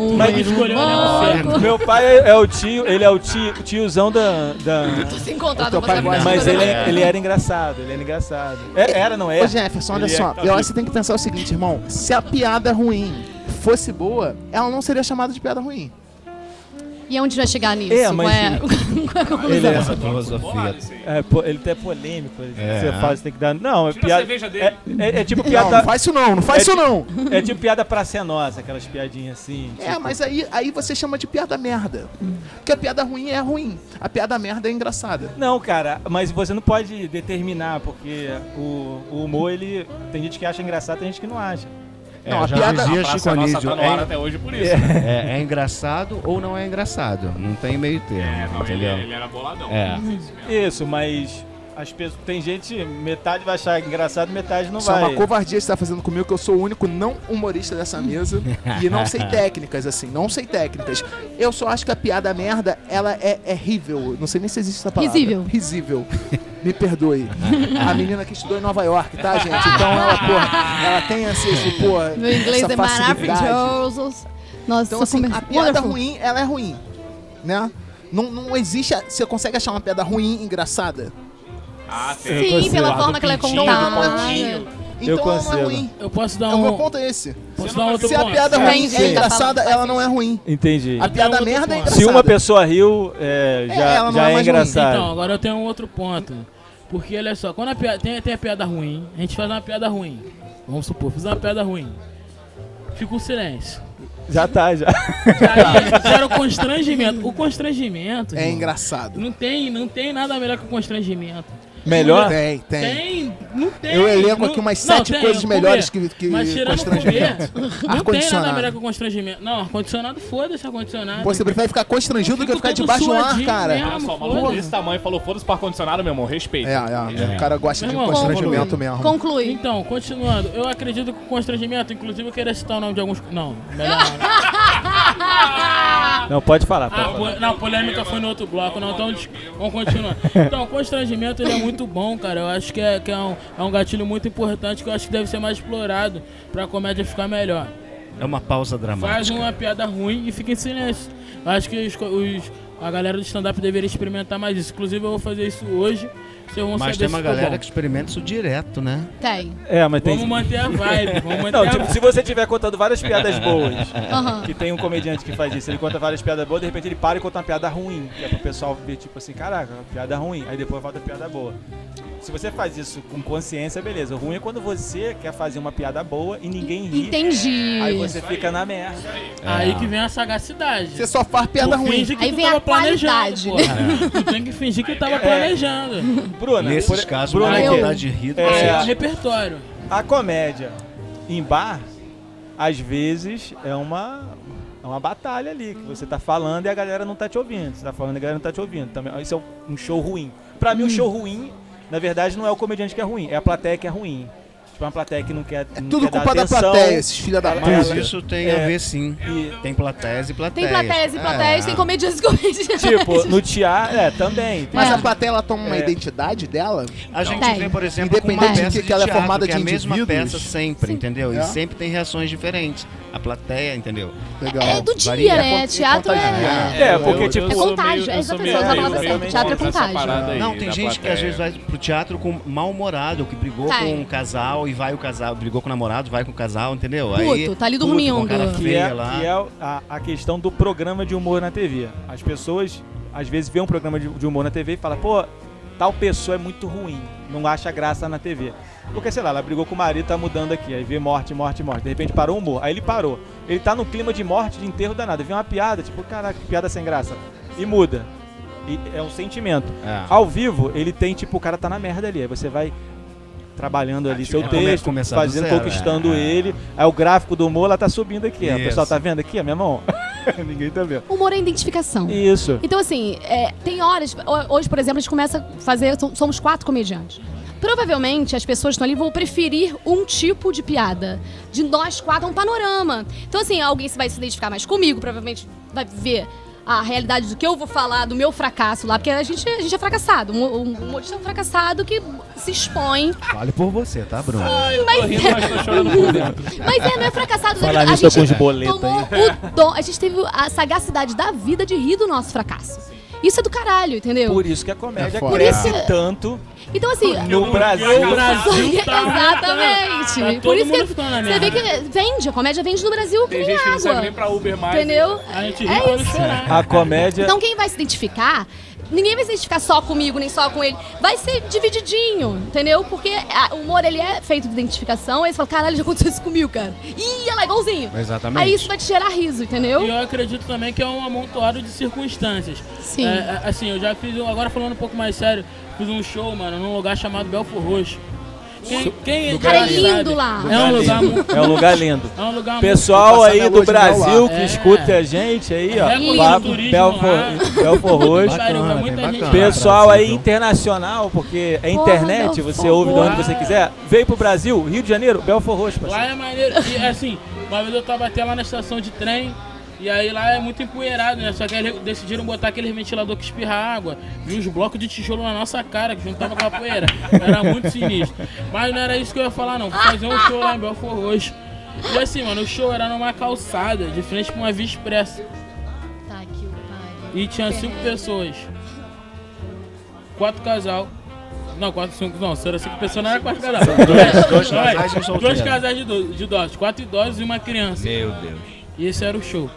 Speaker 3: Um
Speaker 2: É.
Speaker 1: Mas
Speaker 3: mesmo
Speaker 7: escolheu, né,
Speaker 3: banco.
Speaker 1: Meu pai é- é o tio, ele é o tio, tiozão da. da-
Speaker 3: Tô sem
Speaker 2: O
Speaker 3: contato
Speaker 2: teu
Speaker 3: com
Speaker 2: pai
Speaker 3: essa
Speaker 2: gosta.
Speaker 1: Mas
Speaker 3: coisa.
Speaker 1: ele, é- ele era engraçado, ele era engraçado. É- era, não
Speaker 2: Ô
Speaker 1: é?
Speaker 2: Jefferson, olha
Speaker 1: Ele é-
Speaker 2: só. Eu acho que você tem que pensar o seguinte, irmão. Se a piada ruim fosse boa, ela não seria chamada de piada ruim.
Speaker 3: E onde vai chegar nisso?
Speaker 1: É, mas-
Speaker 3: Qual é a
Speaker 6: Ele
Speaker 3: conclusão?
Speaker 6: é essa filosofia.
Speaker 1: É, pô, ele até é polêmico. ele-
Speaker 6: É.
Speaker 1: Você faz, tem que dar. Não, é
Speaker 5: Tira a
Speaker 1: piada.
Speaker 5: cerveja dele.
Speaker 1: É, é- é tipo
Speaker 2: Não, não
Speaker 1: piada.
Speaker 2: faz isso não, não faz
Speaker 1: É
Speaker 2: isso não.
Speaker 1: É tipo piada pra ser nossa, aquelas piadinhas assim.
Speaker 2: É, mas aí, aí você chama de piada merda. Porque a piada ruim é ruim. A piada merda é engraçada.
Speaker 1: Não, cara, mas você não pode determinar, porque o, o humor, ele. Tem gente que acha engraçado, tem gente que não acha.
Speaker 6: É,
Speaker 2: Não, a
Speaker 6: já
Speaker 2: piada-
Speaker 6: dizia
Speaker 5: A
Speaker 6: Chico
Speaker 5: praça nossa
Speaker 6: Anísio,
Speaker 5: tá no ar
Speaker 6: é,
Speaker 5: até hoje por isso. né?
Speaker 6: é- é engraçado ou não é engraçado. Não tem meio termo,
Speaker 5: É, não, ele,
Speaker 6: entendeu?
Speaker 5: ele era boladão.
Speaker 6: É.
Speaker 1: Isso, mas as pessoas. Tem gente, metade vai achar engraçado, metade não
Speaker 2: Isso é
Speaker 1: vai.
Speaker 2: uma covardia que você tá fazendo comigo, que eu sou o único não humorista dessa mesa. e não sei técnicas, assim, não sei técnicas. Eu só acho que a piada merda, ela é, é rível. Não sei nem se existe essa palavra.
Speaker 3: Risível.
Speaker 2: Risível. Me perdoe. A menina que estudou em Nova York, tá, gente? Então ela, porra, ela tem esse, esse porra.
Speaker 3: Meu inglês
Speaker 2: essa
Speaker 3: é
Speaker 2: facilidade.
Speaker 3: maravilhoso. Nossa,
Speaker 2: Então, assim,
Speaker 3: como é-
Speaker 2: a piada
Speaker 3: Wonderful.
Speaker 2: ruim, ela é ruim. Né? Não, não existe. a- Você consegue achar uma piada ruim engraçada?
Speaker 5: Ah, tem.
Speaker 3: Sim, pela
Speaker 5: Eduardo
Speaker 3: forma que ela é
Speaker 5: Pintinho,
Speaker 3: contada.
Speaker 5: Pontinho.
Speaker 1: Eu
Speaker 2: Então ela não é
Speaker 1: consigo.
Speaker 2: ruim.
Speaker 7: Eu posso dar
Speaker 2: O
Speaker 3: Então,
Speaker 2: meu
Speaker 7: um.
Speaker 2: ponto é esse.
Speaker 7: Posso dar um outro
Speaker 2: Se a
Speaker 7: ponto?
Speaker 2: piada ruim
Speaker 3: Entendi.
Speaker 2: é engraçada, ela não é ruim.
Speaker 1: Entendi.
Speaker 2: A piada
Speaker 7: outro
Speaker 2: merda é
Speaker 7: ponto.
Speaker 2: engraçada.
Speaker 1: Se uma pessoa riu, é,
Speaker 2: É,
Speaker 1: já
Speaker 2: ela
Speaker 1: é,
Speaker 2: não
Speaker 1: já
Speaker 2: é
Speaker 1: é,
Speaker 2: mais
Speaker 1: engraçado.
Speaker 7: Então, agora eu tenho um outro ponto. Porque olha só, quando a piada, tem, tem a piada ruim, a gente faz uma piada ruim. Vamos supor, fiz uma piada ruim. Fica o silêncio.
Speaker 1: Já tá, já.
Speaker 7: Aí gera o constrangimento. O constrangimento.
Speaker 2: É
Speaker 7: irmão,
Speaker 2: engraçado.
Speaker 7: Não tem, não tem nada melhor que o constrangimento.
Speaker 1: Melhor?
Speaker 2: Tem, tem.
Speaker 7: Tem, não tem.
Speaker 2: Eu elenco
Speaker 7: não-
Speaker 2: aqui umas
Speaker 7: não,
Speaker 2: sete
Speaker 7: tem,
Speaker 2: coisas
Speaker 7: comer.
Speaker 2: melhores que, que
Speaker 7: Mas tirando comer,
Speaker 2: constrangimento.
Speaker 7: não tem nada
Speaker 2: Ar-condicionado.
Speaker 7: melhor que o constrangimento. Não, ar-condicionado, foda-se ar-condicionado.
Speaker 2: Pô, Você prefere ficar constrangido do que ficar debaixo do ar,
Speaker 7: suadinho
Speaker 2: cara.
Speaker 7: mesmo.
Speaker 5: Ah, só, o maluco
Speaker 7: Foda-se.
Speaker 5: desse tamanho falou, foda-se pro ar-condicionado, meu irmão, respeito.
Speaker 2: É, é,
Speaker 6: É.
Speaker 2: O cara gosta de
Speaker 7: Meu
Speaker 2: um
Speaker 7: irmão,
Speaker 2: constrangimento mesmo.
Speaker 3: Conclui.
Speaker 7: Então, continuando, eu acredito que o constrangimento, inclusive eu queria citar o nome de alguns. Não, melhor não. né?
Speaker 1: Não, pode falar, pode
Speaker 7: Ah,
Speaker 1: falar.
Speaker 7: po- não, polêmica foi no outro bloco, não, então des- vamos continuar. Então, o constrangimento ele é muito bom, cara. Eu acho que, é, que é, um, é um gatilho muito importante que eu acho que deve ser mais explorado pra comédia ficar melhor.
Speaker 6: É uma pausa
Speaker 7: Faz
Speaker 6: dramática.
Speaker 7: uma piada ruim e fica em silêncio. Eu acho que os, co- os- a galera do stand-up deveria experimentar mais isso. Inclusive, eu vou fazer isso hoje. Vocês vão
Speaker 6: Mas
Speaker 7: saber
Speaker 6: tem
Speaker 7: se
Speaker 6: uma
Speaker 7: ficou
Speaker 6: galera
Speaker 7: bom.
Speaker 6: que experimenta isso direto, né?
Speaker 3: Tem.
Speaker 8: É, mas tem.
Speaker 7: Vamos manter a vibe, vamos manter
Speaker 1: Não,
Speaker 7: a
Speaker 1: tipo, se você estiver contando várias piadas boas,
Speaker 3: Aham.
Speaker 1: que tem um comediante que faz isso, ele conta várias piadas boas, de repente ele para e conta uma piada ruim, que é pro pessoal ver, tipo assim, caraca, uma piada ruim, aí depois volta a piada boa. Se você faz isso com consciência, beleza. O ruim é quando você quer fazer uma piada boa e ninguém ri.
Speaker 3: Entendi.
Speaker 1: Aí você fica na merda.
Speaker 7: Aí que vem a sagacidade.
Speaker 2: Você só faz piada
Speaker 7: Tu
Speaker 2: ruim.
Speaker 7: finge que
Speaker 3: Aí
Speaker 7: tu
Speaker 3: vem
Speaker 7: tava
Speaker 3: a
Speaker 7: planejando,
Speaker 3: qualidade.
Speaker 7: porra. Tu tem que fingir que tava planejando.
Speaker 1: Bruna, por-
Speaker 6: Nesses casos,
Speaker 1: Bruna,
Speaker 6: uma
Speaker 7: eu-
Speaker 6: vontade de rir do
Speaker 1: É.
Speaker 7: Aí
Speaker 6: céu.
Speaker 7: é repertório.
Speaker 1: a comédia em bar, às vezes, é uma, é uma batalha ali, que você tá falando e a galera não tá te ouvindo. Você tá falando e a galera não tá te ouvindo. Também, isso é um show ruim. Pra mim, um show ruim, na verdade, não é o comediante que é ruim, é a plateia que é ruim. Tipo, é uma plateia que não quer.
Speaker 2: É
Speaker 1: não
Speaker 2: tudo
Speaker 1: quer dar
Speaker 2: culpa da
Speaker 1: atenção. É,
Speaker 2: plateia, tipo. esses filha da
Speaker 6: Mas
Speaker 2: puta.
Speaker 6: isso tem a ver sim. Tem plateias e
Speaker 3: Tem
Speaker 6: plateias.
Speaker 3: plateias e
Speaker 6: É.
Speaker 3: plateias, tem comediantes e comediantes.
Speaker 1: Tipo, no teatro, é, também.
Speaker 2: Mas
Speaker 3: É.
Speaker 2: a plateia ela toma uma
Speaker 1: É.
Speaker 2: identidade dela?
Speaker 6: A gente
Speaker 3: Tem.
Speaker 6: vê, por exemplo, com uma
Speaker 3: Independente de
Speaker 6: peça
Speaker 2: que
Speaker 6: de
Speaker 2: ela é
Speaker 6: teatro,
Speaker 2: formada
Speaker 6: que é a
Speaker 2: de
Speaker 6: mesma
Speaker 2: indivíduos.
Speaker 6: peça sempre, entendeu?
Speaker 2: É.
Speaker 6: E sempre tem reações diferentes. A plateia, entendeu?
Speaker 2: Legal.
Speaker 3: É do dia,
Speaker 6: Varia.
Speaker 3: né? Teatro
Speaker 2: tá
Speaker 3: é.
Speaker 1: É, porque, tipo,
Speaker 3: É contágio, é exatamente, eu tava falando assim, teatro é contágio.
Speaker 6: Não, tem gente que às vezes vai pro teatro com mal-humorado, que brigou
Speaker 3: Tem.
Speaker 6: com um casal e vai o casal, brigou com o namorado, vai com o casal, entendeu? Aí,
Speaker 3: Puto, tá ali
Speaker 6: puto, Com
Speaker 3: dormindo.
Speaker 6: cara
Speaker 1: Que
Speaker 6: feia
Speaker 1: é,
Speaker 6: lá.
Speaker 1: que é a, a questão do programa de humor na TV. As pessoas, às vezes, vê um programa de, de humor na TV e fala, pô, tal pessoa é muito ruim, não acha graça na TV. Porque, sei lá, ela brigou com o marido, tá mudando aqui, aí vê morte, morte, morte. De repente parou o humor, aí ele parou. Ele tá no clima de morte, de enterro danado. Vê uma piada, tipo, caraca, que piada sem graça. E muda. E é um sentimento.
Speaker 6: É.
Speaker 1: Ao vivo, ele tem, tipo, o cara tá na merda ali. Aí você vai trabalhando ali seu
Speaker 6: é, come-
Speaker 1: texto,
Speaker 6: começar do
Speaker 1: fazendo,
Speaker 6: zero,
Speaker 1: conquistando
Speaker 6: é, é.
Speaker 1: ele. Aí o gráfico do humor, ela tá subindo aqui. ó. O
Speaker 6: Isso.
Speaker 1: pessoal tá vendo aqui, ó, meu irmão? Ninguém tá vendo.
Speaker 3: Humor é identificação.
Speaker 1: Isso.
Speaker 3: Então, assim, é, tem horas. ho- Hoje, por exemplo, a gente começa a fazer. so- Somos quatro comediantes. Provavelmente as pessoas que estão ali vão preferir um tipo de piada. De nós quatro, um panorama. Então, assim, alguém se vai se identificar mais comigo, provavelmente vai ver a realidade do que eu vou falar, do meu fracasso lá, porque a gente, a gente é fracassado. Um, um, um humorista é um fracassado que se expõe.
Speaker 6: Fale por você, tá, Bruno?
Speaker 3: Mas é, não é fracassado. né?
Speaker 8: Falar
Speaker 3: a
Speaker 8: nisso, tô
Speaker 3: gente
Speaker 8: com os boletos
Speaker 3: tomou
Speaker 8: aí.
Speaker 3: o dom. A gente teve a sagacidade da vida de rir do nosso fracasso. Isso é do caralho, entendeu?
Speaker 1: Por isso que a comédia
Speaker 2: foda.
Speaker 1: cresce
Speaker 3: Por isso-
Speaker 1: tanto
Speaker 3: Então, assim,
Speaker 1: no
Speaker 7: Porque o
Speaker 1: Brasil.
Speaker 7: Brasil tá...
Speaker 3: Exatamente.
Speaker 7: Tá todo
Speaker 3: Por isso que
Speaker 7: mundo ficando na
Speaker 3: você vê que
Speaker 7: merda.
Speaker 3: vende, a comédia vende no Brasil que
Speaker 5: Tem
Speaker 3: nem
Speaker 5: gente que não
Speaker 3: água.
Speaker 5: serve nem pra Uber mais. né?
Speaker 3: Entendeu?
Speaker 7: A gente ri
Speaker 3: É
Speaker 7: pra não
Speaker 3: isso.
Speaker 7: chorar.
Speaker 1: A comédia.
Speaker 3: Então quem vai se identificar, ninguém vai se identificar só comigo, nem só com ele. Vai ser divididinho, entendeu? Porque a- o humor, ele é feito de identificação, aí você fala, caralho, já aconteceu isso comigo, cara. Ih, ela é igualzinho.
Speaker 6: Exatamente.
Speaker 3: Aí isso vai te gerar riso,
Speaker 7: E
Speaker 3: entendeu?
Speaker 7: eu acredito também que é um amontoado de circunstâncias.
Speaker 3: Sim.
Speaker 7: É, é, assim, eu já fiz, um, agora falando um pouco mais sério, fiz um show, mano, num lugar chamado Belfo Roxo. Quem, quem
Speaker 3: Cara, é
Speaker 7: já
Speaker 3: lindo
Speaker 7: sabe,
Speaker 3: lá.
Speaker 7: É um lugar, mu-
Speaker 1: É um lugar lindo.
Speaker 7: é um lugar mu-
Speaker 1: Pessoal
Speaker 2: Passar minha
Speaker 1: aí do
Speaker 2: lua de mel lá.
Speaker 1: Brasil que
Speaker 7: É.
Speaker 1: escuta a gente aí, ó.
Speaker 7: É,
Speaker 1: Vá
Speaker 7: turismo
Speaker 1: pro
Speaker 7: lá.
Speaker 1: Belfor, Belfor Roxo.
Speaker 7: Bacana,
Speaker 6: Bacana,
Speaker 7: muita
Speaker 6: bem
Speaker 7: gente-
Speaker 6: bacana.
Speaker 1: Pessoal aí
Speaker 6: Brasil.
Speaker 1: internacional, porque é
Speaker 3: Porra,
Speaker 1: internet,
Speaker 3: Belfort.
Speaker 1: você ouve de onde você
Speaker 7: Ah.
Speaker 1: quiser. Veio pro Brasil, Rio de Janeiro, Belfor Roxo,
Speaker 7: Lá
Speaker 1: parceiro.
Speaker 7: é maneiro. E assim, uma vez eu tava até lá na estação de trem. E aí lá é muito empoeirado, né? Só que eles decidiram botar aquele ventilador que espirra água. E uns blocos de tijolo na nossa cara, que juntava com a poeira. Era muito sinistro. Mas não era isso que eu ia falar, não. Fui fazer um show lá em Belfort Roxo. E assim, mano, o show era numa calçada, de frente pra uma via expressa.
Speaker 3: Tá aqui o pai.
Speaker 7: E tinha cinco pessoas. Quatro casal. Não, quatro, cinco, não, se era cinco pessoas, não era quatro casal. Dois,
Speaker 6: dois casais e um solteiro.
Speaker 7: Dois casais de idosos, de idosos, quatro idosos e uma criança.
Speaker 6: Meu Deus.
Speaker 7: E esse era o show.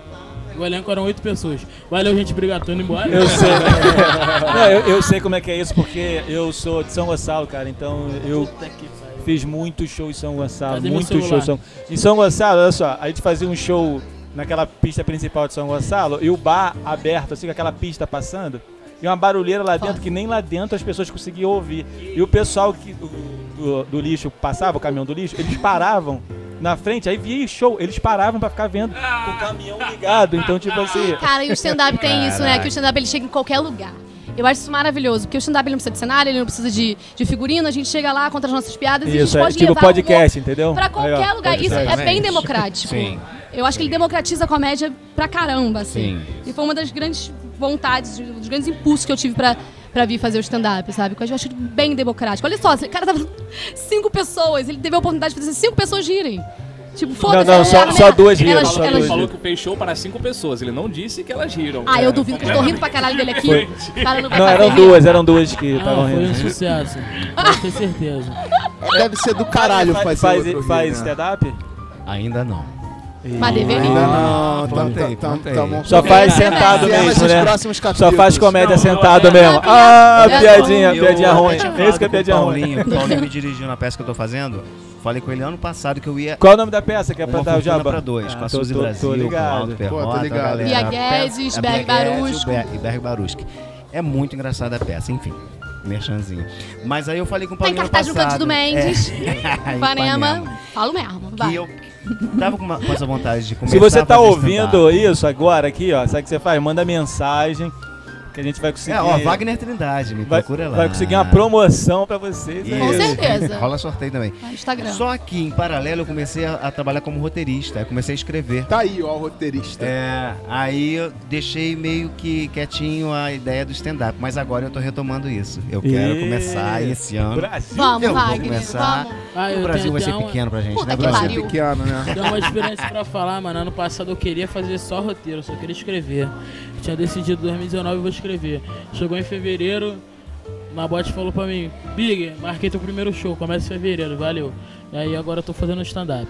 Speaker 7: O elenco eram oito pessoas. Valeu, gente, obrigado, tô indo embora.
Speaker 1: Eu sei. Não, eu, eu sei como é que é isso, porque eu sou de São Gonçalo, cara. Então eu fiz muito show em São Gonçalo.
Speaker 7: Cadê meu
Speaker 1: muito show em
Speaker 7: celular?
Speaker 1: São... em São Gonçalo, olha só, a gente fazia um show naquela pista principal de São Gonçalo e o bar aberto, assim, com aquela pista passando. E uma barulheira lá dentro que nem lá dentro as pessoas conseguiam ouvir. E o pessoal que, do, do- do lixo passava, o caminhão do lixo, eles paravam na frente, aí via show, eles paravam pra ficar vendo com o caminhão ligado. Então, tipo assim.
Speaker 3: Cara, e o stand-up tem isso, né? Que o stand-up ele chega em qualquer lugar. Eu acho isso maravilhoso, porque o stand-up ele não precisa de cenário, ele não precisa de, de figurino, a gente chega lá, conta as nossas piadas e a gente
Speaker 1: Isso, é
Speaker 3: pode
Speaker 1: tipo
Speaker 3: levar o humor
Speaker 1: podcast, entendeu?
Speaker 3: Pra
Speaker 1: Aí,
Speaker 3: qualquer
Speaker 1: ó,
Speaker 3: lugar. Isso é
Speaker 6: exatamente.
Speaker 3: bem democrático.
Speaker 6: Sim.
Speaker 3: Eu acho que ele democratiza a comédia pra caramba, assim.
Speaker 6: Sim.
Speaker 3: E foi uma das grandes vontades, de- dos grandes impulsos que eu tive pra, pra vir fazer o stand-up, sabe? Que eu acho bem democrático. Olha só, esse cara tava. Cinco pessoas, ele teve a oportunidade de fazer cinco pessoas rirem. Tipo, foda-se.
Speaker 1: não,
Speaker 3: elas-
Speaker 1: só-
Speaker 3: elas-
Speaker 1: só duas riram,
Speaker 3: elas,
Speaker 1: só
Speaker 5: Ele
Speaker 3: elas-
Speaker 1: duas.
Speaker 5: falou que fez show para cinco pessoas, ele não disse que elas riram.
Speaker 3: Ah,
Speaker 5: É,
Speaker 3: eu duvido que eu tô rindo pra caralho dele aqui.
Speaker 1: Foi.
Speaker 3: Falando
Speaker 1: Não, eram duas, eram duas
Speaker 6: tá
Speaker 1: que estavam
Speaker 7: Ah, foi um
Speaker 1: rindo.
Speaker 7: sucesso. Pode ter certeza.
Speaker 2: Deve ser do caralho
Speaker 1: faz,
Speaker 2: fazer
Speaker 1: faz,
Speaker 2: outro
Speaker 1: faz
Speaker 2: rio, né?
Speaker 1: stand-up?
Speaker 6: Ainda não.
Speaker 3: Mas deveria.
Speaker 2: Ainda não, tam-
Speaker 6: Plantei,
Speaker 2: tam- tam-
Speaker 6: plantei.
Speaker 2: tamo-
Speaker 1: Só faz
Speaker 3: sentado
Speaker 1: sentado
Speaker 2: Viemos
Speaker 1: mesmo,
Speaker 2: nos
Speaker 1: né?
Speaker 2: próximos capítulos.
Speaker 1: Só faz comédia
Speaker 5: Não,
Speaker 1: sentado
Speaker 5: não,
Speaker 1: mesmo.
Speaker 3: não, não,
Speaker 1: Ah,
Speaker 3: não,
Speaker 1: piadinha,
Speaker 6: Eu
Speaker 1: piadinha
Speaker 6: até
Speaker 1: ruim.
Speaker 6: tinha
Speaker 1: Esse
Speaker 6: falado
Speaker 1: que é
Speaker 6: com o
Speaker 1: piadinha ruim.
Speaker 6: Paulinho, o Paulinho me dirigiu na peça que eu tô fazendo. Falei com ele ano passado que eu ia
Speaker 1: Qual o nome da peça que é pra
Speaker 6: Uma
Speaker 1: dar o
Speaker 6: fortuna
Speaker 1: jabá?
Speaker 6: pra dois, com
Speaker 1: Ah,
Speaker 6: a
Speaker 1: tô-
Speaker 6: Suzy
Speaker 1: tô- tô
Speaker 6: Brasil, com o
Speaker 1: ligado.
Speaker 6: Aldo
Speaker 2: Pô,
Speaker 6: Perrota,
Speaker 2: tô ligado.
Speaker 6: a
Speaker 3: Bia
Speaker 6: galera.
Speaker 3: Guedes,
Speaker 6: A
Speaker 3: Berg
Speaker 6: Bia Guedes,
Speaker 3: Barusco.
Speaker 6: o Ber- E Berg Barusco. É muito engraçada a peça, enfim. Merchanzinho. Mas aí eu falei com o
Speaker 3: Tem
Speaker 6: Paulinho ano
Speaker 3: Tá cartaz no Cândido
Speaker 6: passado.
Speaker 3: Mendes,
Speaker 6: É. Em
Speaker 3: Ipanema. Falo mesmo,
Speaker 6: Que
Speaker 3: vai.
Speaker 6: eu tava com, uma- com essa vontade de começar
Speaker 1: Se você
Speaker 6: a
Speaker 1: tá
Speaker 6: fazer stand-up.
Speaker 1: ouvindo isso agora aqui, ó, sabe o que você faz? Manda mensagem que a gente vai conseguir.
Speaker 6: É, ó, Wagner Trindade, me
Speaker 1: vai,
Speaker 6: procura lá.
Speaker 1: vai conseguir uma promoção pra vocês.
Speaker 6: Isso.
Speaker 1: aí.
Speaker 3: Com certeza.
Speaker 6: Rola sorteio também.
Speaker 3: Vai no Instagram.
Speaker 6: Só que, em paralelo, eu comecei a, a trabalhar como roteirista. Eu comecei a escrever.
Speaker 2: Tá aí, ó, o roteirista.
Speaker 6: É, aí eu deixei meio que quietinho a ideia do stand-up, mas agora eu tô retomando isso. Eu quero
Speaker 1: E-
Speaker 6: começar esse ano.
Speaker 1: Brasil.
Speaker 3: Vamos,
Speaker 6: eu vou
Speaker 3: Wagner,
Speaker 6: começar.
Speaker 3: vamos.
Speaker 7: Ah,
Speaker 6: O
Speaker 7: eu
Speaker 6: Brasil
Speaker 7: tenho
Speaker 6: vai
Speaker 7: até
Speaker 6: ser
Speaker 7: uma-
Speaker 6: pequeno pra gente,
Speaker 3: Puta
Speaker 6: né,
Speaker 3: que
Speaker 6: Brasil?
Speaker 3: pariu.
Speaker 2: pequeno, né?
Speaker 7: Tem uma experiência pra falar, mano. Ano passado eu queria fazer só roteiro, só queria escrever. Tinha decidido em 2019 eu vou escrever. Chegou em fevereiro, Mabote falou pra mim, Big, marquei teu primeiro show, começa em fevereiro, valeu. E aí agora eu tô fazendo stand-up.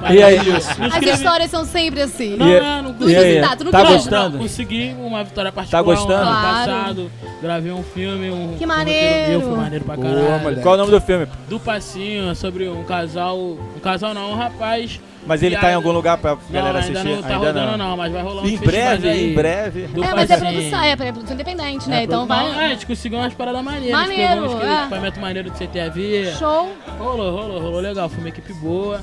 Speaker 7: Mas
Speaker 1: E aí?
Speaker 7: não escrevi-
Speaker 3: As histórias são sempre assim.
Speaker 7: Não,
Speaker 1: E-
Speaker 7: é, não
Speaker 3: Tudo
Speaker 1: e aí?
Speaker 3: inusitado, não
Speaker 1: Tá
Speaker 7: Não,
Speaker 3: quero.
Speaker 1: gostando?
Speaker 7: Consegui uma vitória particular
Speaker 1: Tá gostando?
Speaker 7: um ano
Speaker 3: Claro.
Speaker 7: passado. Gravei um filme, um
Speaker 3: Que
Speaker 7: um roteiro
Speaker 3: maneiro.
Speaker 7: meu, foi maneiro pra
Speaker 2: Boa,
Speaker 7: caralho.
Speaker 2: moleque.
Speaker 1: Qual o nome do filme?
Speaker 7: Do passinho, é sobre um casal. Um casal não, um rapaz.
Speaker 1: Mas ele tá em algum lugar pra
Speaker 7: Não,
Speaker 1: galera
Speaker 7: ainda
Speaker 1: assistir?
Speaker 7: não tá rodando, não. mas vai rolar um
Speaker 1: Em
Speaker 7: festivais
Speaker 1: breve,
Speaker 7: aí
Speaker 1: em breve.
Speaker 7: do
Speaker 3: É, mas é
Speaker 7: passinho.
Speaker 3: produção, é, é produção independente, né?
Speaker 7: É,
Speaker 3: então
Speaker 7: produ-
Speaker 3: vai.
Speaker 7: Não, é, a gente conseguiu umas paradas maneiras.
Speaker 3: Maneiro,
Speaker 7: pegamos aquele
Speaker 3: é.
Speaker 7: equipamento maneiro um de CTV.
Speaker 3: Show.
Speaker 7: Rolou, rolou, rolou legal. Foi uma equipe boa.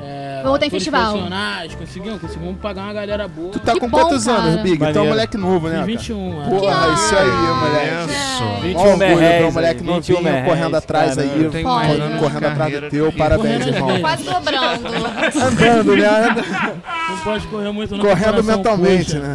Speaker 7: É,
Speaker 3: Vou voltar em
Speaker 7: todos
Speaker 3: festival.
Speaker 7: profissionais, conseguimos, conseguimos pagar uma galera boa. um,
Speaker 2: Tu tá
Speaker 3: Que
Speaker 2: com
Speaker 3: bom,
Speaker 2: quantos
Speaker 3: cara.
Speaker 2: anos, Big? Tu é um
Speaker 1: Maneiro.
Speaker 2: moleque novo, né? cara?
Speaker 7: Fiz 21 anos.
Speaker 2: Porra, isso aí, moleque.
Speaker 3: É.
Speaker 6: Isso.
Speaker 1: 21
Speaker 2: Mó orgulho pra um
Speaker 1: merréis
Speaker 2: moleque
Speaker 1: aí,
Speaker 2: novinho
Speaker 1: 21 merréis,
Speaker 2: correndo atrás
Speaker 1: caramba.
Speaker 2: aí,
Speaker 6: Eu tenho
Speaker 3: mais
Speaker 2: correndo-
Speaker 3: anos de
Speaker 2: correndo atrás do
Speaker 6: carreira
Speaker 2: teu.
Speaker 6: que-
Speaker 2: Parabéns,
Speaker 7: Correndo
Speaker 2: irmão.
Speaker 7: às vezes.
Speaker 3: Quase dobrando.
Speaker 2: Andando, né?
Speaker 7: Não pode correr muito, não.
Speaker 2: Correndo
Speaker 7: coração
Speaker 2: mentalmente,
Speaker 7: puxa.
Speaker 2: né?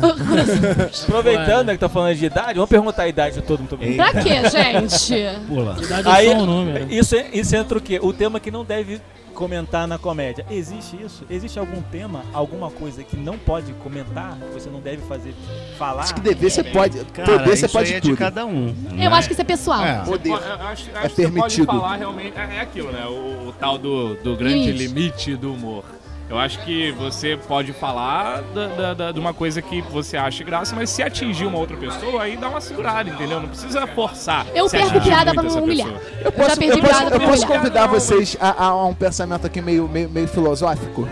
Speaker 1: Aproveitando né, que tá falando de idade, vamos perguntar a idade de todo mundo. Todo mundo.
Speaker 6: Eita,
Speaker 3: pra quê, gente?
Speaker 6: pula.
Speaker 7: Idade é
Speaker 1: Aí,
Speaker 7: só um número.
Speaker 1: isso, isso entra o quê? O tema que não deve comentar na comédia. Existe isso? Existe algum tema, alguma coisa que não pode comentar, que você não deve fazer falar?
Speaker 2: Acho que dever você pode.
Speaker 6: Cara,
Speaker 2: Poder você
Speaker 6: isso aí
Speaker 2: pode
Speaker 6: é de
Speaker 2: tudo.
Speaker 6: cada um.
Speaker 3: Eu acho que isso é pessoal.
Speaker 6: É.
Speaker 5: Pô, eu
Speaker 2: Poder.
Speaker 5: Acho, acho
Speaker 2: É
Speaker 5: que você
Speaker 2: permitido.
Speaker 5: pode falar realmente. É, é aquilo, né? O, o tal do, do grande limite do humor. Eu acho que você pode falar da- da- da- de uma coisa que você acha graça, mas se atingir uma outra pessoa, aí dá uma segurada, entendeu? Não precisa forçar.
Speaker 3: Eu
Speaker 5: se
Speaker 3: perco
Speaker 5: atingir
Speaker 3: piada
Speaker 5: muito
Speaker 3: pra me
Speaker 5: essa
Speaker 3: humilhar.
Speaker 5: pessoa.
Speaker 2: Eu
Speaker 3: já
Speaker 2: posso,
Speaker 3: perdi
Speaker 2: eu posso,
Speaker 3: piada
Speaker 2: eu
Speaker 3: pra
Speaker 2: posso
Speaker 5: humilhar.
Speaker 2: convidar
Speaker 5: Não, mas-
Speaker 2: vocês a, a um pensamento aqui meio, meio, meio filosófico?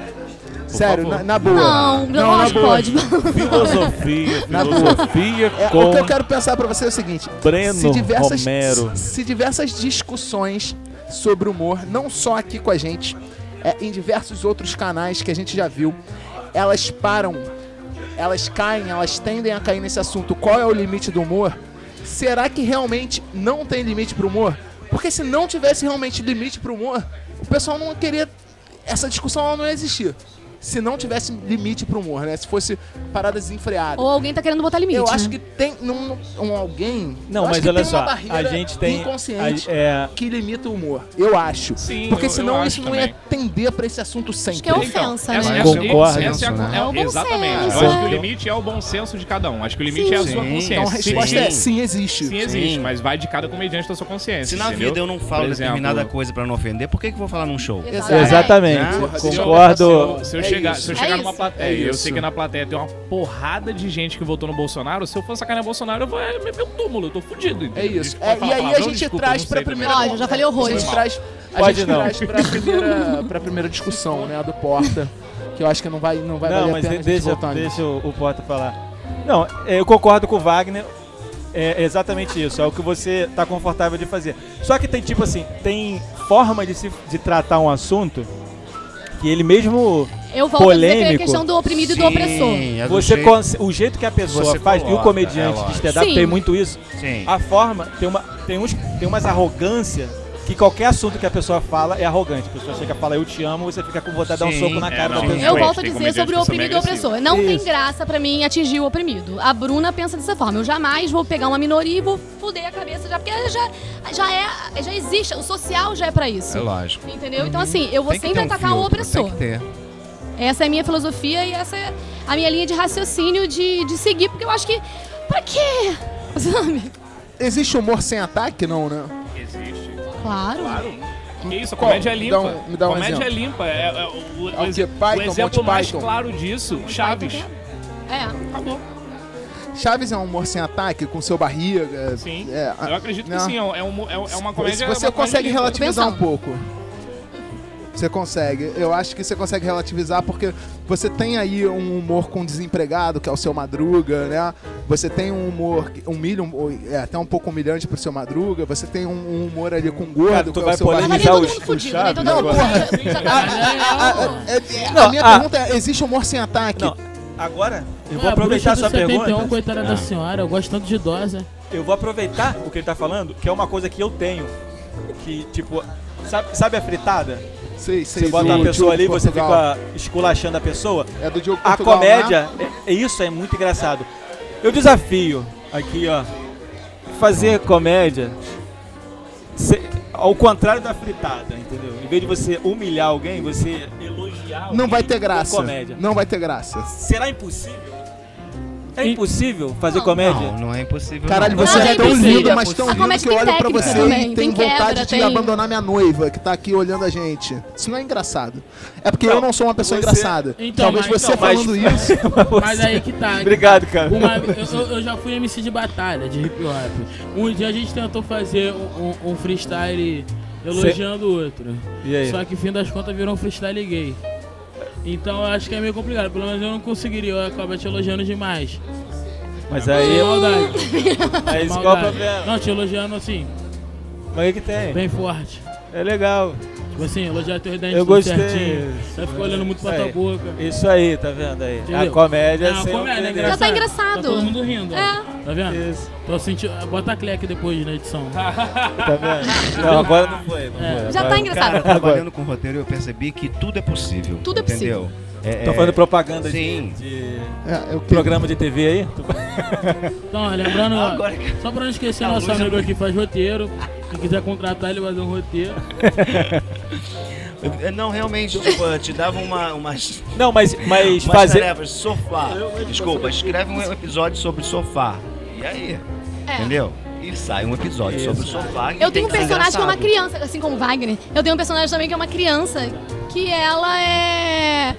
Speaker 2: Sério,
Speaker 5: favor.
Speaker 2: na, na boa.
Speaker 3: Não, não,
Speaker 2: na
Speaker 3: acho que
Speaker 2: boa.
Speaker 3: pode.
Speaker 1: Filosofia,
Speaker 2: Na boa.
Speaker 1: filosofia
Speaker 2: É,
Speaker 1: com
Speaker 2: O que eu quero pensar pra você é o seguinte: se
Speaker 1: Breno
Speaker 2: diversas,
Speaker 1: Romero.
Speaker 2: se- se diversas discussões sobre humor, não só aqui com a gente, é, em diversos outros canais que a gente já viu, elas param, elas caem, elas tendem a cair nesse assunto. Qual é o limite do humor? Será que realmente não tem limite pro humor? Porque se não tivesse realmente limite pro humor, o pessoal não queria. Essa discussão ela não ia existir. Se não tivesse limite pro humor, né? Se fosse parada desenfreada.
Speaker 3: Ou alguém tá querendo botar limite.
Speaker 2: Eu acho que
Speaker 3: né?
Speaker 2: tem um, um alguém. eu
Speaker 1: Não,
Speaker 2: acho
Speaker 1: mas
Speaker 2: que
Speaker 1: olha
Speaker 2: tem uma
Speaker 1: só, a
Speaker 2: barreira
Speaker 1: gente tem.
Speaker 2: Inconsciente
Speaker 1: a- é,
Speaker 2: que limita o humor. Eu acho.
Speaker 5: Sim,
Speaker 2: Porque
Speaker 5: eu- eu
Speaker 2: senão
Speaker 5: acho
Speaker 2: isso não
Speaker 5: também.
Speaker 2: ia atender pra esse assunto sempre.
Speaker 3: que é
Speaker 5: Então,
Speaker 3: ofensa,
Speaker 5: essa-
Speaker 3: né?
Speaker 5: essa-
Speaker 1: Concordo.
Speaker 5: essa é, a-
Speaker 6: Consenso, né?
Speaker 5: é-
Speaker 3: É o bom
Speaker 5: exatamente.
Speaker 3: senso,
Speaker 5: Eu acho
Speaker 3: né?
Speaker 5: que o limite é o bom senso de cada um. Acho que o limite é a sua
Speaker 6: Sim. um
Speaker 5: consciência.
Speaker 2: Então a resposta é
Speaker 5: sim,
Speaker 2: sim, existe.
Speaker 5: sim, existe,
Speaker 6: Sim.
Speaker 5: mas vai de cada comediante da sua consciência.
Speaker 6: Se na
Speaker 5: entendeu?
Speaker 6: vida eu não falo
Speaker 5: Por exemplo,
Speaker 6: determinada coisa pra não ofender, por que que eu vou falar num show?
Speaker 1: exatamente,
Speaker 6: Ah,
Speaker 5: Se eu-
Speaker 1: concordo.
Speaker 5: Se eu,
Speaker 2: É
Speaker 5: chegar,
Speaker 2: isso.
Speaker 5: se eu
Speaker 3: É
Speaker 5: chegar numa
Speaker 3: isso.
Speaker 5: plateia,
Speaker 2: É
Speaker 5: eu
Speaker 2: isso.
Speaker 5: sei que na plateia tem uma porrada de gente que votou no Bolsonaro. Se eu for sacanear Bolsonaro, eu vou é, me ver um túmulo, eu tô fudido.
Speaker 2: É
Speaker 5: entendeu?
Speaker 2: isso.
Speaker 5: Desculpa
Speaker 2: É,
Speaker 5: falar
Speaker 2: e aí a
Speaker 5: palavrão,
Speaker 2: gente
Speaker 5: desculpa,
Speaker 2: traz
Speaker 5: não
Speaker 2: pra
Speaker 5: sei também.
Speaker 2: primeira.
Speaker 3: Ó, eu Ah, já falei horrores.
Speaker 2: A gente traz, a
Speaker 1: Pode
Speaker 2: gente
Speaker 1: não.
Speaker 2: traz pra, primeira, pra primeira discussão, né? A do Porta. Que eu acho que não vai, não vai
Speaker 1: Não,
Speaker 2: valer
Speaker 1: mas
Speaker 2: a pena
Speaker 1: de-
Speaker 2: a gente
Speaker 1: deixa,
Speaker 2: voltar nisso.
Speaker 1: deixa o, o Porta falar. Não, é, eu concordo com o Wagner. É exatamente isso, é o que você tá confortável de fazer. Só que tem tipo assim, tem forma de se de tratar um assunto que ele mesmo
Speaker 3: Eu volto a dizer que é
Speaker 1: Polêmico.
Speaker 3: questão do oprimido e do
Speaker 6: Sim,
Speaker 3: opressor.
Speaker 6: é do
Speaker 1: você
Speaker 6: jeito-
Speaker 1: cons- o jeito que a pessoa
Speaker 6: Você
Speaker 1: faz e o
Speaker 6: coloca, é
Speaker 1: comediante de
Speaker 6: lógico.
Speaker 1: stand-up
Speaker 3: Sim.
Speaker 1: tem muito isso.
Speaker 6: Sim.
Speaker 1: A forma tem uma tem uns tem umas arrogância que qualquer assunto que a pessoa fala é arrogante. A pessoa chega e fala, eu te amo, você fica com vontade de dar um
Speaker 6: Sim,
Speaker 1: soco na
Speaker 5: é,
Speaker 1: cara
Speaker 5: não,
Speaker 1: da pessoa.
Speaker 5: Realmente,
Speaker 3: Eu volto a
Speaker 5: tem
Speaker 3: dizer
Speaker 5: comediante
Speaker 3: sobre o
Speaker 5: que são
Speaker 3: oprimido e
Speaker 5: mega
Speaker 3: o opressor. Não tem
Speaker 1: Isso.
Speaker 3: graça pra mim atingir o oprimido. A Bruna pensa dessa forma. Eu jamais vou pegar uma minoria e vou fuder a cabeça já, porque já, já é, já existe. O social já é pra isso.
Speaker 6: É lógico.
Speaker 3: Entendeu? Então, assim, eu vou
Speaker 6: Tem que
Speaker 3: sempre
Speaker 6: ter um
Speaker 3: atacar o
Speaker 6: filtro,
Speaker 3: opressor.
Speaker 6: Tem que ter.
Speaker 3: Essa é a minha filosofia e essa é a minha linha de raciocínio de, de seguir, porque eu acho que. Pra quê? Sabe?
Speaker 2: Existe humor sem ataque, não, né?
Speaker 5: Existe.
Speaker 3: Claro.
Speaker 5: Claro. Que isso, a
Speaker 2: Qual?
Speaker 5: comédia é
Speaker 2: Me
Speaker 5: limpa.
Speaker 2: dá um- me dá um
Speaker 5: comédia
Speaker 2: exemplo.
Speaker 5: é limpa. É, é, o, o,
Speaker 2: É o quê?
Speaker 5: exe-
Speaker 2: Python,
Speaker 5: o exemplo
Speaker 2: Monty
Speaker 5: mais
Speaker 2: Python?
Speaker 5: claro disso, Chaves.
Speaker 3: É.
Speaker 5: Acabou.
Speaker 2: Chaves é um humor sem ataque, com seu barriga.
Speaker 5: Sim.
Speaker 2: É,
Speaker 5: Eu acredito que
Speaker 2: não.
Speaker 5: sim. É, um- é um- é uma comédia.
Speaker 2: Se
Speaker 5: é uma
Speaker 2: você
Speaker 5: comédia
Speaker 2: consegue
Speaker 5: limpa.
Speaker 2: relativizar um
Speaker 3: Pensando.
Speaker 2: pouco. Você consegue. Eu acho que você consegue relativizar porque você tem aí um humor com desempregado, que é o seu Madruga, né? Você tem um humor que humilha, um- é até um pouco humilhante pro seu Madruga. Você tem um, um humor ali com gordo,
Speaker 1: Cara, tu
Speaker 2: que é o
Speaker 1: vai
Speaker 2: seu
Speaker 3: Mas
Speaker 1: polemizar
Speaker 3: ali é
Speaker 2: barriga.
Speaker 3: todo
Speaker 1: os-
Speaker 3: mundo
Speaker 1: os
Speaker 3: fudido, né? Então
Speaker 1: Chaves
Speaker 3: todo mundo já, já tá.
Speaker 2: É- é- a
Speaker 1: Não,
Speaker 2: minha
Speaker 1: a-
Speaker 2: pergunta é: existe humor sem ataque?
Speaker 1: Não, agora eu vou
Speaker 7: Ah, a bruxa
Speaker 1: aproveitar
Speaker 7: do
Speaker 1: sua
Speaker 7: 71,
Speaker 1: pergunta.
Speaker 7: coitada da senhora, eu gosto tanto de idosa.
Speaker 1: Eu vou aproveitar o que ele tá falando, que é uma coisa que eu tenho. Que, tipo, sabe, sabe a fritada?
Speaker 2: Sei, sei,
Speaker 1: Você
Speaker 2: do
Speaker 1: bota uma
Speaker 2: Diogo
Speaker 1: pessoa ali e você
Speaker 2: Portugal.
Speaker 1: fica esculachando a pessoa.
Speaker 2: É do Diogo
Speaker 1: A
Speaker 2: Portugal, né?
Speaker 1: comédia, é, é isso é muito engraçado. Eu desafio aqui, ó, fazer comédia se- ao contrário da fritada, entendeu? Em vez de você humilhar alguém, você elogiar alguém
Speaker 2: Não vai ter
Speaker 1: com
Speaker 2: graça.
Speaker 1: comédia.
Speaker 2: Não vai ter graça.
Speaker 1: Será impossível? É
Speaker 7: E-
Speaker 1: impossível fazer
Speaker 3: Não.
Speaker 1: comédia?
Speaker 6: Não, não é impossível.
Speaker 2: Caralho,
Speaker 6: não.
Speaker 2: você
Speaker 3: Não,
Speaker 2: é
Speaker 3: é
Speaker 2: tão
Speaker 3: impossível.
Speaker 2: lindo, mas tão
Speaker 3: A
Speaker 2: lindo
Speaker 3: comédia
Speaker 2: que eu
Speaker 3: tem
Speaker 2: olho pra
Speaker 3: técnica
Speaker 2: você
Speaker 3: também,
Speaker 2: e tenho
Speaker 3: tem quebra,
Speaker 2: vontade de
Speaker 3: tem-
Speaker 2: abandonar minha noiva, que tá aqui olhando a gente. Isso não é engraçado. É porque eu não sou uma pessoa
Speaker 1: você-
Speaker 2: engraçada.
Speaker 7: Então,
Speaker 2: Talvez
Speaker 7: mas-
Speaker 2: você
Speaker 7: então,
Speaker 1: mas-
Speaker 2: falando isso.
Speaker 7: Mas aí que tá.
Speaker 1: Obrigado, cara.
Speaker 7: Uma- eu, eu- eu já fui MC de batalha, de hip hop. Um dia a gente tentou fazer um, um- um freestyle elogiando o outro.
Speaker 1: E aí?
Speaker 7: Só que, fim das contas, virou um freestyle gay. Então eu acho que é meio complicado. Pelo menos eu não conseguiria, eu acabo te elogiando demais.
Speaker 1: Mas
Speaker 7: Sem
Speaker 1: aí, é
Speaker 7: maldade.
Speaker 1: mas qual é
Speaker 7: sem
Speaker 1: o
Speaker 7: maldade.
Speaker 1: problema?
Speaker 7: Não, te elogiando assim,
Speaker 1: Mas o que tem?
Speaker 7: bem forte.
Speaker 1: É legal.
Speaker 7: Tipo assim, elogiar teus dentes
Speaker 1: Eu
Speaker 7: tudo
Speaker 1: gostei.
Speaker 7: certinho. Você fica olhando muito pra tua
Speaker 1: Aí.
Speaker 7: boca.
Speaker 1: Isso aí, tá vendo aí? A
Speaker 7: Entendeu?
Speaker 1: comédia
Speaker 7: É uma
Speaker 1: sem
Speaker 7: comédia,
Speaker 1: ofender.
Speaker 7: engraçado.
Speaker 3: Já tá engraçado.
Speaker 7: Tá todo mundo rindo. ó.
Speaker 3: É.
Speaker 7: Tá vendo?
Speaker 1: Isso,
Speaker 7: Tô sentindo. Bota a Cleck depois na edição.
Speaker 1: tá vendo? Não, agora não foi, não
Speaker 7: É.
Speaker 1: foi.
Speaker 3: Já
Speaker 1: Agora-
Speaker 3: tá engraçado.
Speaker 6: Cara, trabalhando com roteiro, eu percebi que tudo é possível.
Speaker 3: Tudo é possível.
Speaker 6: Entendeu? É,
Speaker 1: Tô
Speaker 6: é-
Speaker 1: fazendo propaganda de,
Speaker 6: Sim.
Speaker 1: de
Speaker 2: É, eu que-
Speaker 1: programa de TV aí?
Speaker 7: Então, lembrando, ó,
Speaker 6: Agora que-
Speaker 7: só pra não esquecer,
Speaker 6: A
Speaker 7: nosso
Speaker 6: luz é
Speaker 7: amigo aqui faz roteiro. Quem quiser contratar, ele vai fazer um roteiro.
Speaker 6: É, Não, realmente, tipo, eu te dava uma, umas,
Speaker 1: Não, mas, mas
Speaker 6: umas
Speaker 1: fazer.
Speaker 6: tarefas. Sofá. Desculpa, escreve um episódio sobre sofá. E aí?
Speaker 3: É.
Speaker 6: Entendeu? E sai um episódio sobre o sofá. que
Speaker 3: Eu tenho
Speaker 6: tem
Speaker 3: um
Speaker 6: que ser
Speaker 3: personagem que é uma
Speaker 6: engraçado.
Speaker 3: criança, assim como Wagner. Eu tenho um personagem também que é uma criança, que ela é.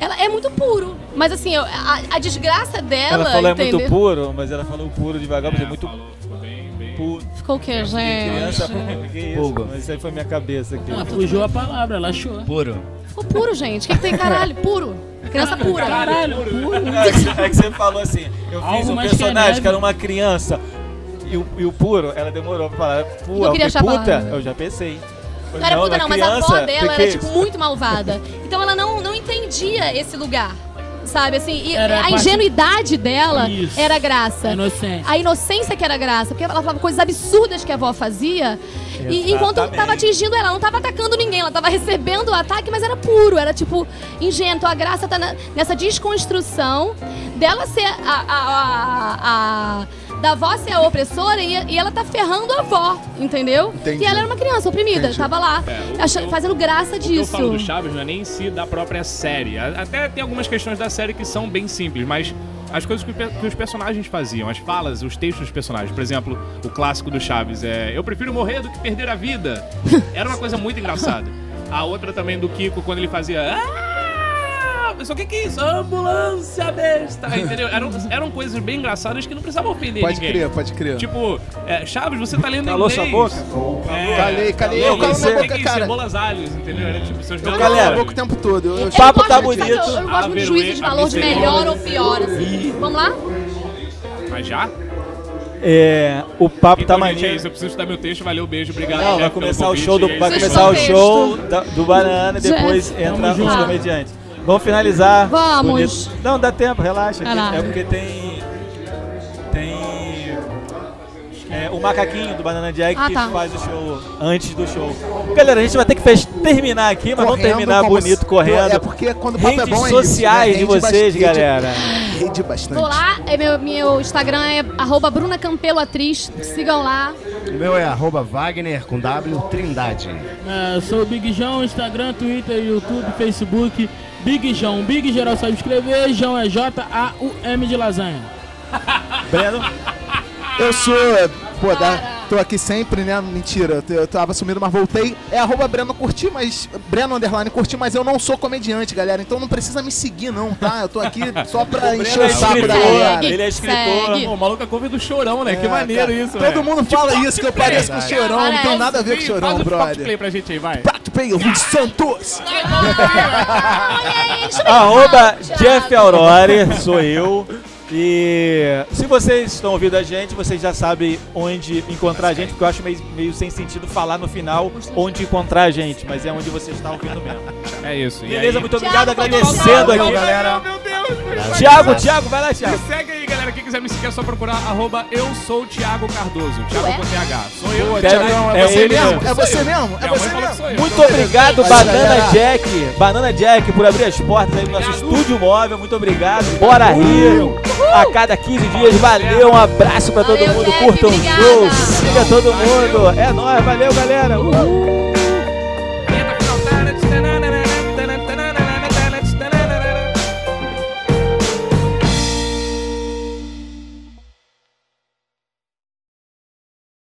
Speaker 3: Ela é muito puro. Mas assim, eu- a, a desgraça dela.
Speaker 1: Ela falou é
Speaker 3: entendeu?
Speaker 1: muito puro, mas ela falou puro devagar, mas é muito
Speaker 5: Ficou bem, bem.
Speaker 1: puro.
Speaker 3: Ficou o quê,
Speaker 1: Criança,
Speaker 3: gente?
Speaker 1: que isso?
Speaker 6: Pulga.
Speaker 1: Mas isso aí foi minha cabeça aqui.
Speaker 7: Ah, fugiu a palavra, ela achou.
Speaker 6: Puro.
Speaker 3: Ficou puro, gente. O que, que tem caralho? Puro. Criança pura.
Speaker 7: Caralho, puro.
Speaker 1: É que você falou assim, eu fiz
Speaker 7: Algo
Speaker 1: um
Speaker 7: mais
Speaker 1: personagem
Speaker 7: que
Speaker 1: que era uma criança e o, e o puro, ela demorou pra falar. Puro,
Speaker 3: Eu queria achar a
Speaker 1: puta?
Speaker 3: palavra.
Speaker 1: Eu já pensei.
Speaker 3: Não era puta,
Speaker 1: na
Speaker 3: não, mas a avó
Speaker 1: criança,
Speaker 3: dela
Speaker 1: tem
Speaker 3: era,
Speaker 1: que-
Speaker 3: tipo, muito malvada. Então ela não, não entendia esse lugar. Sabe, assim, e
Speaker 7: Era a
Speaker 3: a
Speaker 7: parte-
Speaker 3: ingenuidade dela
Speaker 7: Isso.
Speaker 3: era graça.
Speaker 7: É Inocente.
Speaker 3: A inocência que era graça, porque ela falava coisas absurdas que a avó fazia. E enquanto
Speaker 1: Exatamente.
Speaker 3: tava atingindo ela, não tava atacando ninguém, ela tava recebendo o ataque, mas era puro, era tipo ingênuo. Então, A graça tá na- nessa desconstrução dela ser a. a- a- a- da avó ser a opressora e, e ela tá ferrando a avó, entendeu?
Speaker 2: Entendi.
Speaker 3: E ela era uma criança oprimida,
Speaker 2: Entendi.
Speaker 3: tava lá,
Speaker 5: É, o
Speaker 3: acha-
Speaker 5: que eu-
Speaker 3: fazendo graça
Speaker 5: O que eu
Speaker 3: disso.
Speaker 5: falo do Chaves não é nem em si da própria série. A- Até tem algumas questões da série que são bem simples, mas as coisas que, o pe- que os personagens faziam, as falas, os textos dos personagens. Por exemplo, o clássico do Chaves é Eu prefiro morrer do que perder a vida. Era uma coisa muito engraçada. A outra também do Kiko, quando ele fazia. "Ah!" Pessoal, o que, que é isso? Ambulância besta! Entendeu? Eram, eram coisas bem engraçadas que não precisavam ofender
Speaker 2: Pode
Speaker 5: ninguém.
Speaker 2: crer, pode crer.
Speaker 5: Tipo, é, Chaves, você tá lendo em
Speaker 1: Calou
Speaker 5: inglês.
Speaker 1: sua boca?
Speaker 5: É,
Speaker 2: Calei, calei.
Speaker 1: Eu calo na
Speaker 5: você
Speaker 2: boca,
Speaker 5: tem que
Speaker 2: cara.
Speaker 5: Cebolas alhos, entendeu? Era tipo, seus
Speaker 2: eu
Speaker 1: galera,
Speaker 2: calo a boca o tempo todo. Eu, eu
Speaker 3: Eu
Speaker 1: O papo
Speaker 3: não
Speaker 1: tá
Speaker 3: gosto de-
Speaker 1: bonito.
Speaker 3: Eu, eu gosto muito de
Speaker 5: A
Speaker 3: juízo de
Speaker 5: vergonha-
Speaker 3: valor de
Speaker 5: a
Speaker 3: melhor
Speaker 5: misericórdia.
Speaker 3: ou pior, assim. Vamos lá?
Speaker 5: Mas já?
Speaker 1: É, o papo tá
Speaker 5: Então, gente, é
Speaker 1: maneiro.
Speaker 5: isso. Eu preciso estudar meu texto. Valeu, beijo, obrigado.
Speaker 1: Não, vai
Speaker 5: Jeff,
Speaker 1: começar
Speaker 5: pelo
Speaker 1: o show do,
Speaker 5: convite.
Speaker 1: vai
Speaker 5: É isso aí.
Speaker 1: começar o
Speaker 3: Sexta-fext.
Speaker 1: show da- do Banana e depois
Speaker 3: Gente,
Speaker 1: entra os
Speaker 3: vamos lá.
Speaker 1: comediantes. Vamos finalizar.
Speaker 3: Vamos.
Speaker 1: Bonito. É Não, dá tempo, relaxa.
Speaker 3: Vai lá.
Speaker 1: É porque tem. Tem. É, o macaquinho do Banana Jack
Speaker 3: Ah,
Speaker 1: que
Speaker 3: tá.
Speaker 1: faz o show antes do show. Galera, a gente vai ter que fech- terminar aqui, mas vamos
Speaker 2: Correndo
Speaker 1: terminar
Speaker 2: como
Speaker 1: bonito,
Speaker 2: se-
Speaker 1: correndo.
Speaker 2: É porque quando o papo
Speaker 1: Redes
Speaker 2: é bom é isso,
Speaker 1: sociais
Speaker 2: né?
Speaker 1: de
Speaker 2: Rende
Speaker 1: vocês,
Speaker 2: bastante-
Speaker 1: galera.
Speaker 2: Rende bastante.
Speaker 3: Tô lá, é meu, meu Instagram é arroba Bruna Campelo Atriz. Sigam lá.
Speaker 6: O meu é arroba Wagner com W Trindade.
Speaker 7: É, eu sou o Big João, Instagram, Twitter, YouTube, Facebook. Big João. Big geral sabe escrever. João é J-A-U-M de lasanha.
Speaker 1: Breno,
Speaker 2: Eu sou. Pô, dá, tô aqui sempre, né? Mentira, eu t- eu tava sumindo, mas voltei. É arroba Breno Curti, mas. Breno Underline Curti, mas eu não sou comediante, galera. Então não precisa me seguir, não, tá? Eu tô aqui só pra encher
Speaker 1: é
Speaker 2: o saco da
Speaker 1: escritor,
Speaker 2: galera.
Speaker 1: ele é escritor.
Speaker 3: Segue.
Speaker 5: Pô, o maluco é cover do chorão, né? que
Speaker 2: É,
Speaker 5: maneiro
Speaker 2: cara,
Speaker 5: isso,
Speaker 2: Todo
Speaker 5: velho.
Speaker 2: mundo fala isso, que eu pareço com o Chorão, não tem
Speaker 3: Parece.
Speaker 2: nada a ver com o
Speaker 5: Sim,
Speaker 2: Chorão,
Speaker 5: faz um
Speaker 2: brother.
Speaker 5: cosplay pra gente aí, vai.
Speaker 2: Prato Peio de Santos!
Speaker 3: Olha isso,
Speaker 1: arroba
Speaker 3: Thiago.
Speaker 1: Jeff Aurore, sou eu. E se vocês estão ouvindo a gente, vocês já sabem onde encontrar a gente, porque eu acho meio, meio sem sentido falar no final onde encontrar a gente, mas é onde você está ouvindo mesmo.
Speaker 5: É isso. e
Speaker 1: Beleza?
Speaker 5: aí-
Speaker 1: Muito obrigado,
Speaker 3: Thiago,
Speaker 1: agradecendo
Speaker 6: valeu,
Speaker 1: aqui.
Speaker 6: galera.
Speaker 5: Meu Deus, meu Deus.
Speaker 1: Thiago, Thiago, vai lá, Thiago.
Speaker 5: Me segue aí, galera. Quem quiser me seguir é só procurar arroba eu sou Thiago Cardoso. Thiago
Speaker 3: Ué?
Speaker 5: com TH. Sou eu,
Speaker 1: Deve- é
Speaker 5: você
Speaker 1: ele
Speaker 5: mesmo?
Speaker 1: mesmo.
Speaker 2: É você mesmo? É
Speaker 5: Minha mãe
Speaker 2: você
Speaker 5: falou que
Speaker 2: mesmo?
Speaker 5: sou eu.
Speaker 1: Muito obrigado,
Speaker 2: Valeu,
Speaker 1: Banana
Speaker 2: galera.
Speaker 1: Jack. Banana Jack, por abrir as portas aí do nosso
Speaker 5: Obrigado.
Speaker 1: estúdio móvel. Muito obrigado. Bora rir. A cada 15 dias, valeu. Um abraço pra todo
Speaker 3: Valeu,
Speaker 1: mundo.
Speaker 3: Jack,
Speaker 1: Curtam o
Speaker 3: obrigada.
Speaker 1: show. Siga todo mundo. É nóis. Valeu, galera. Uhul.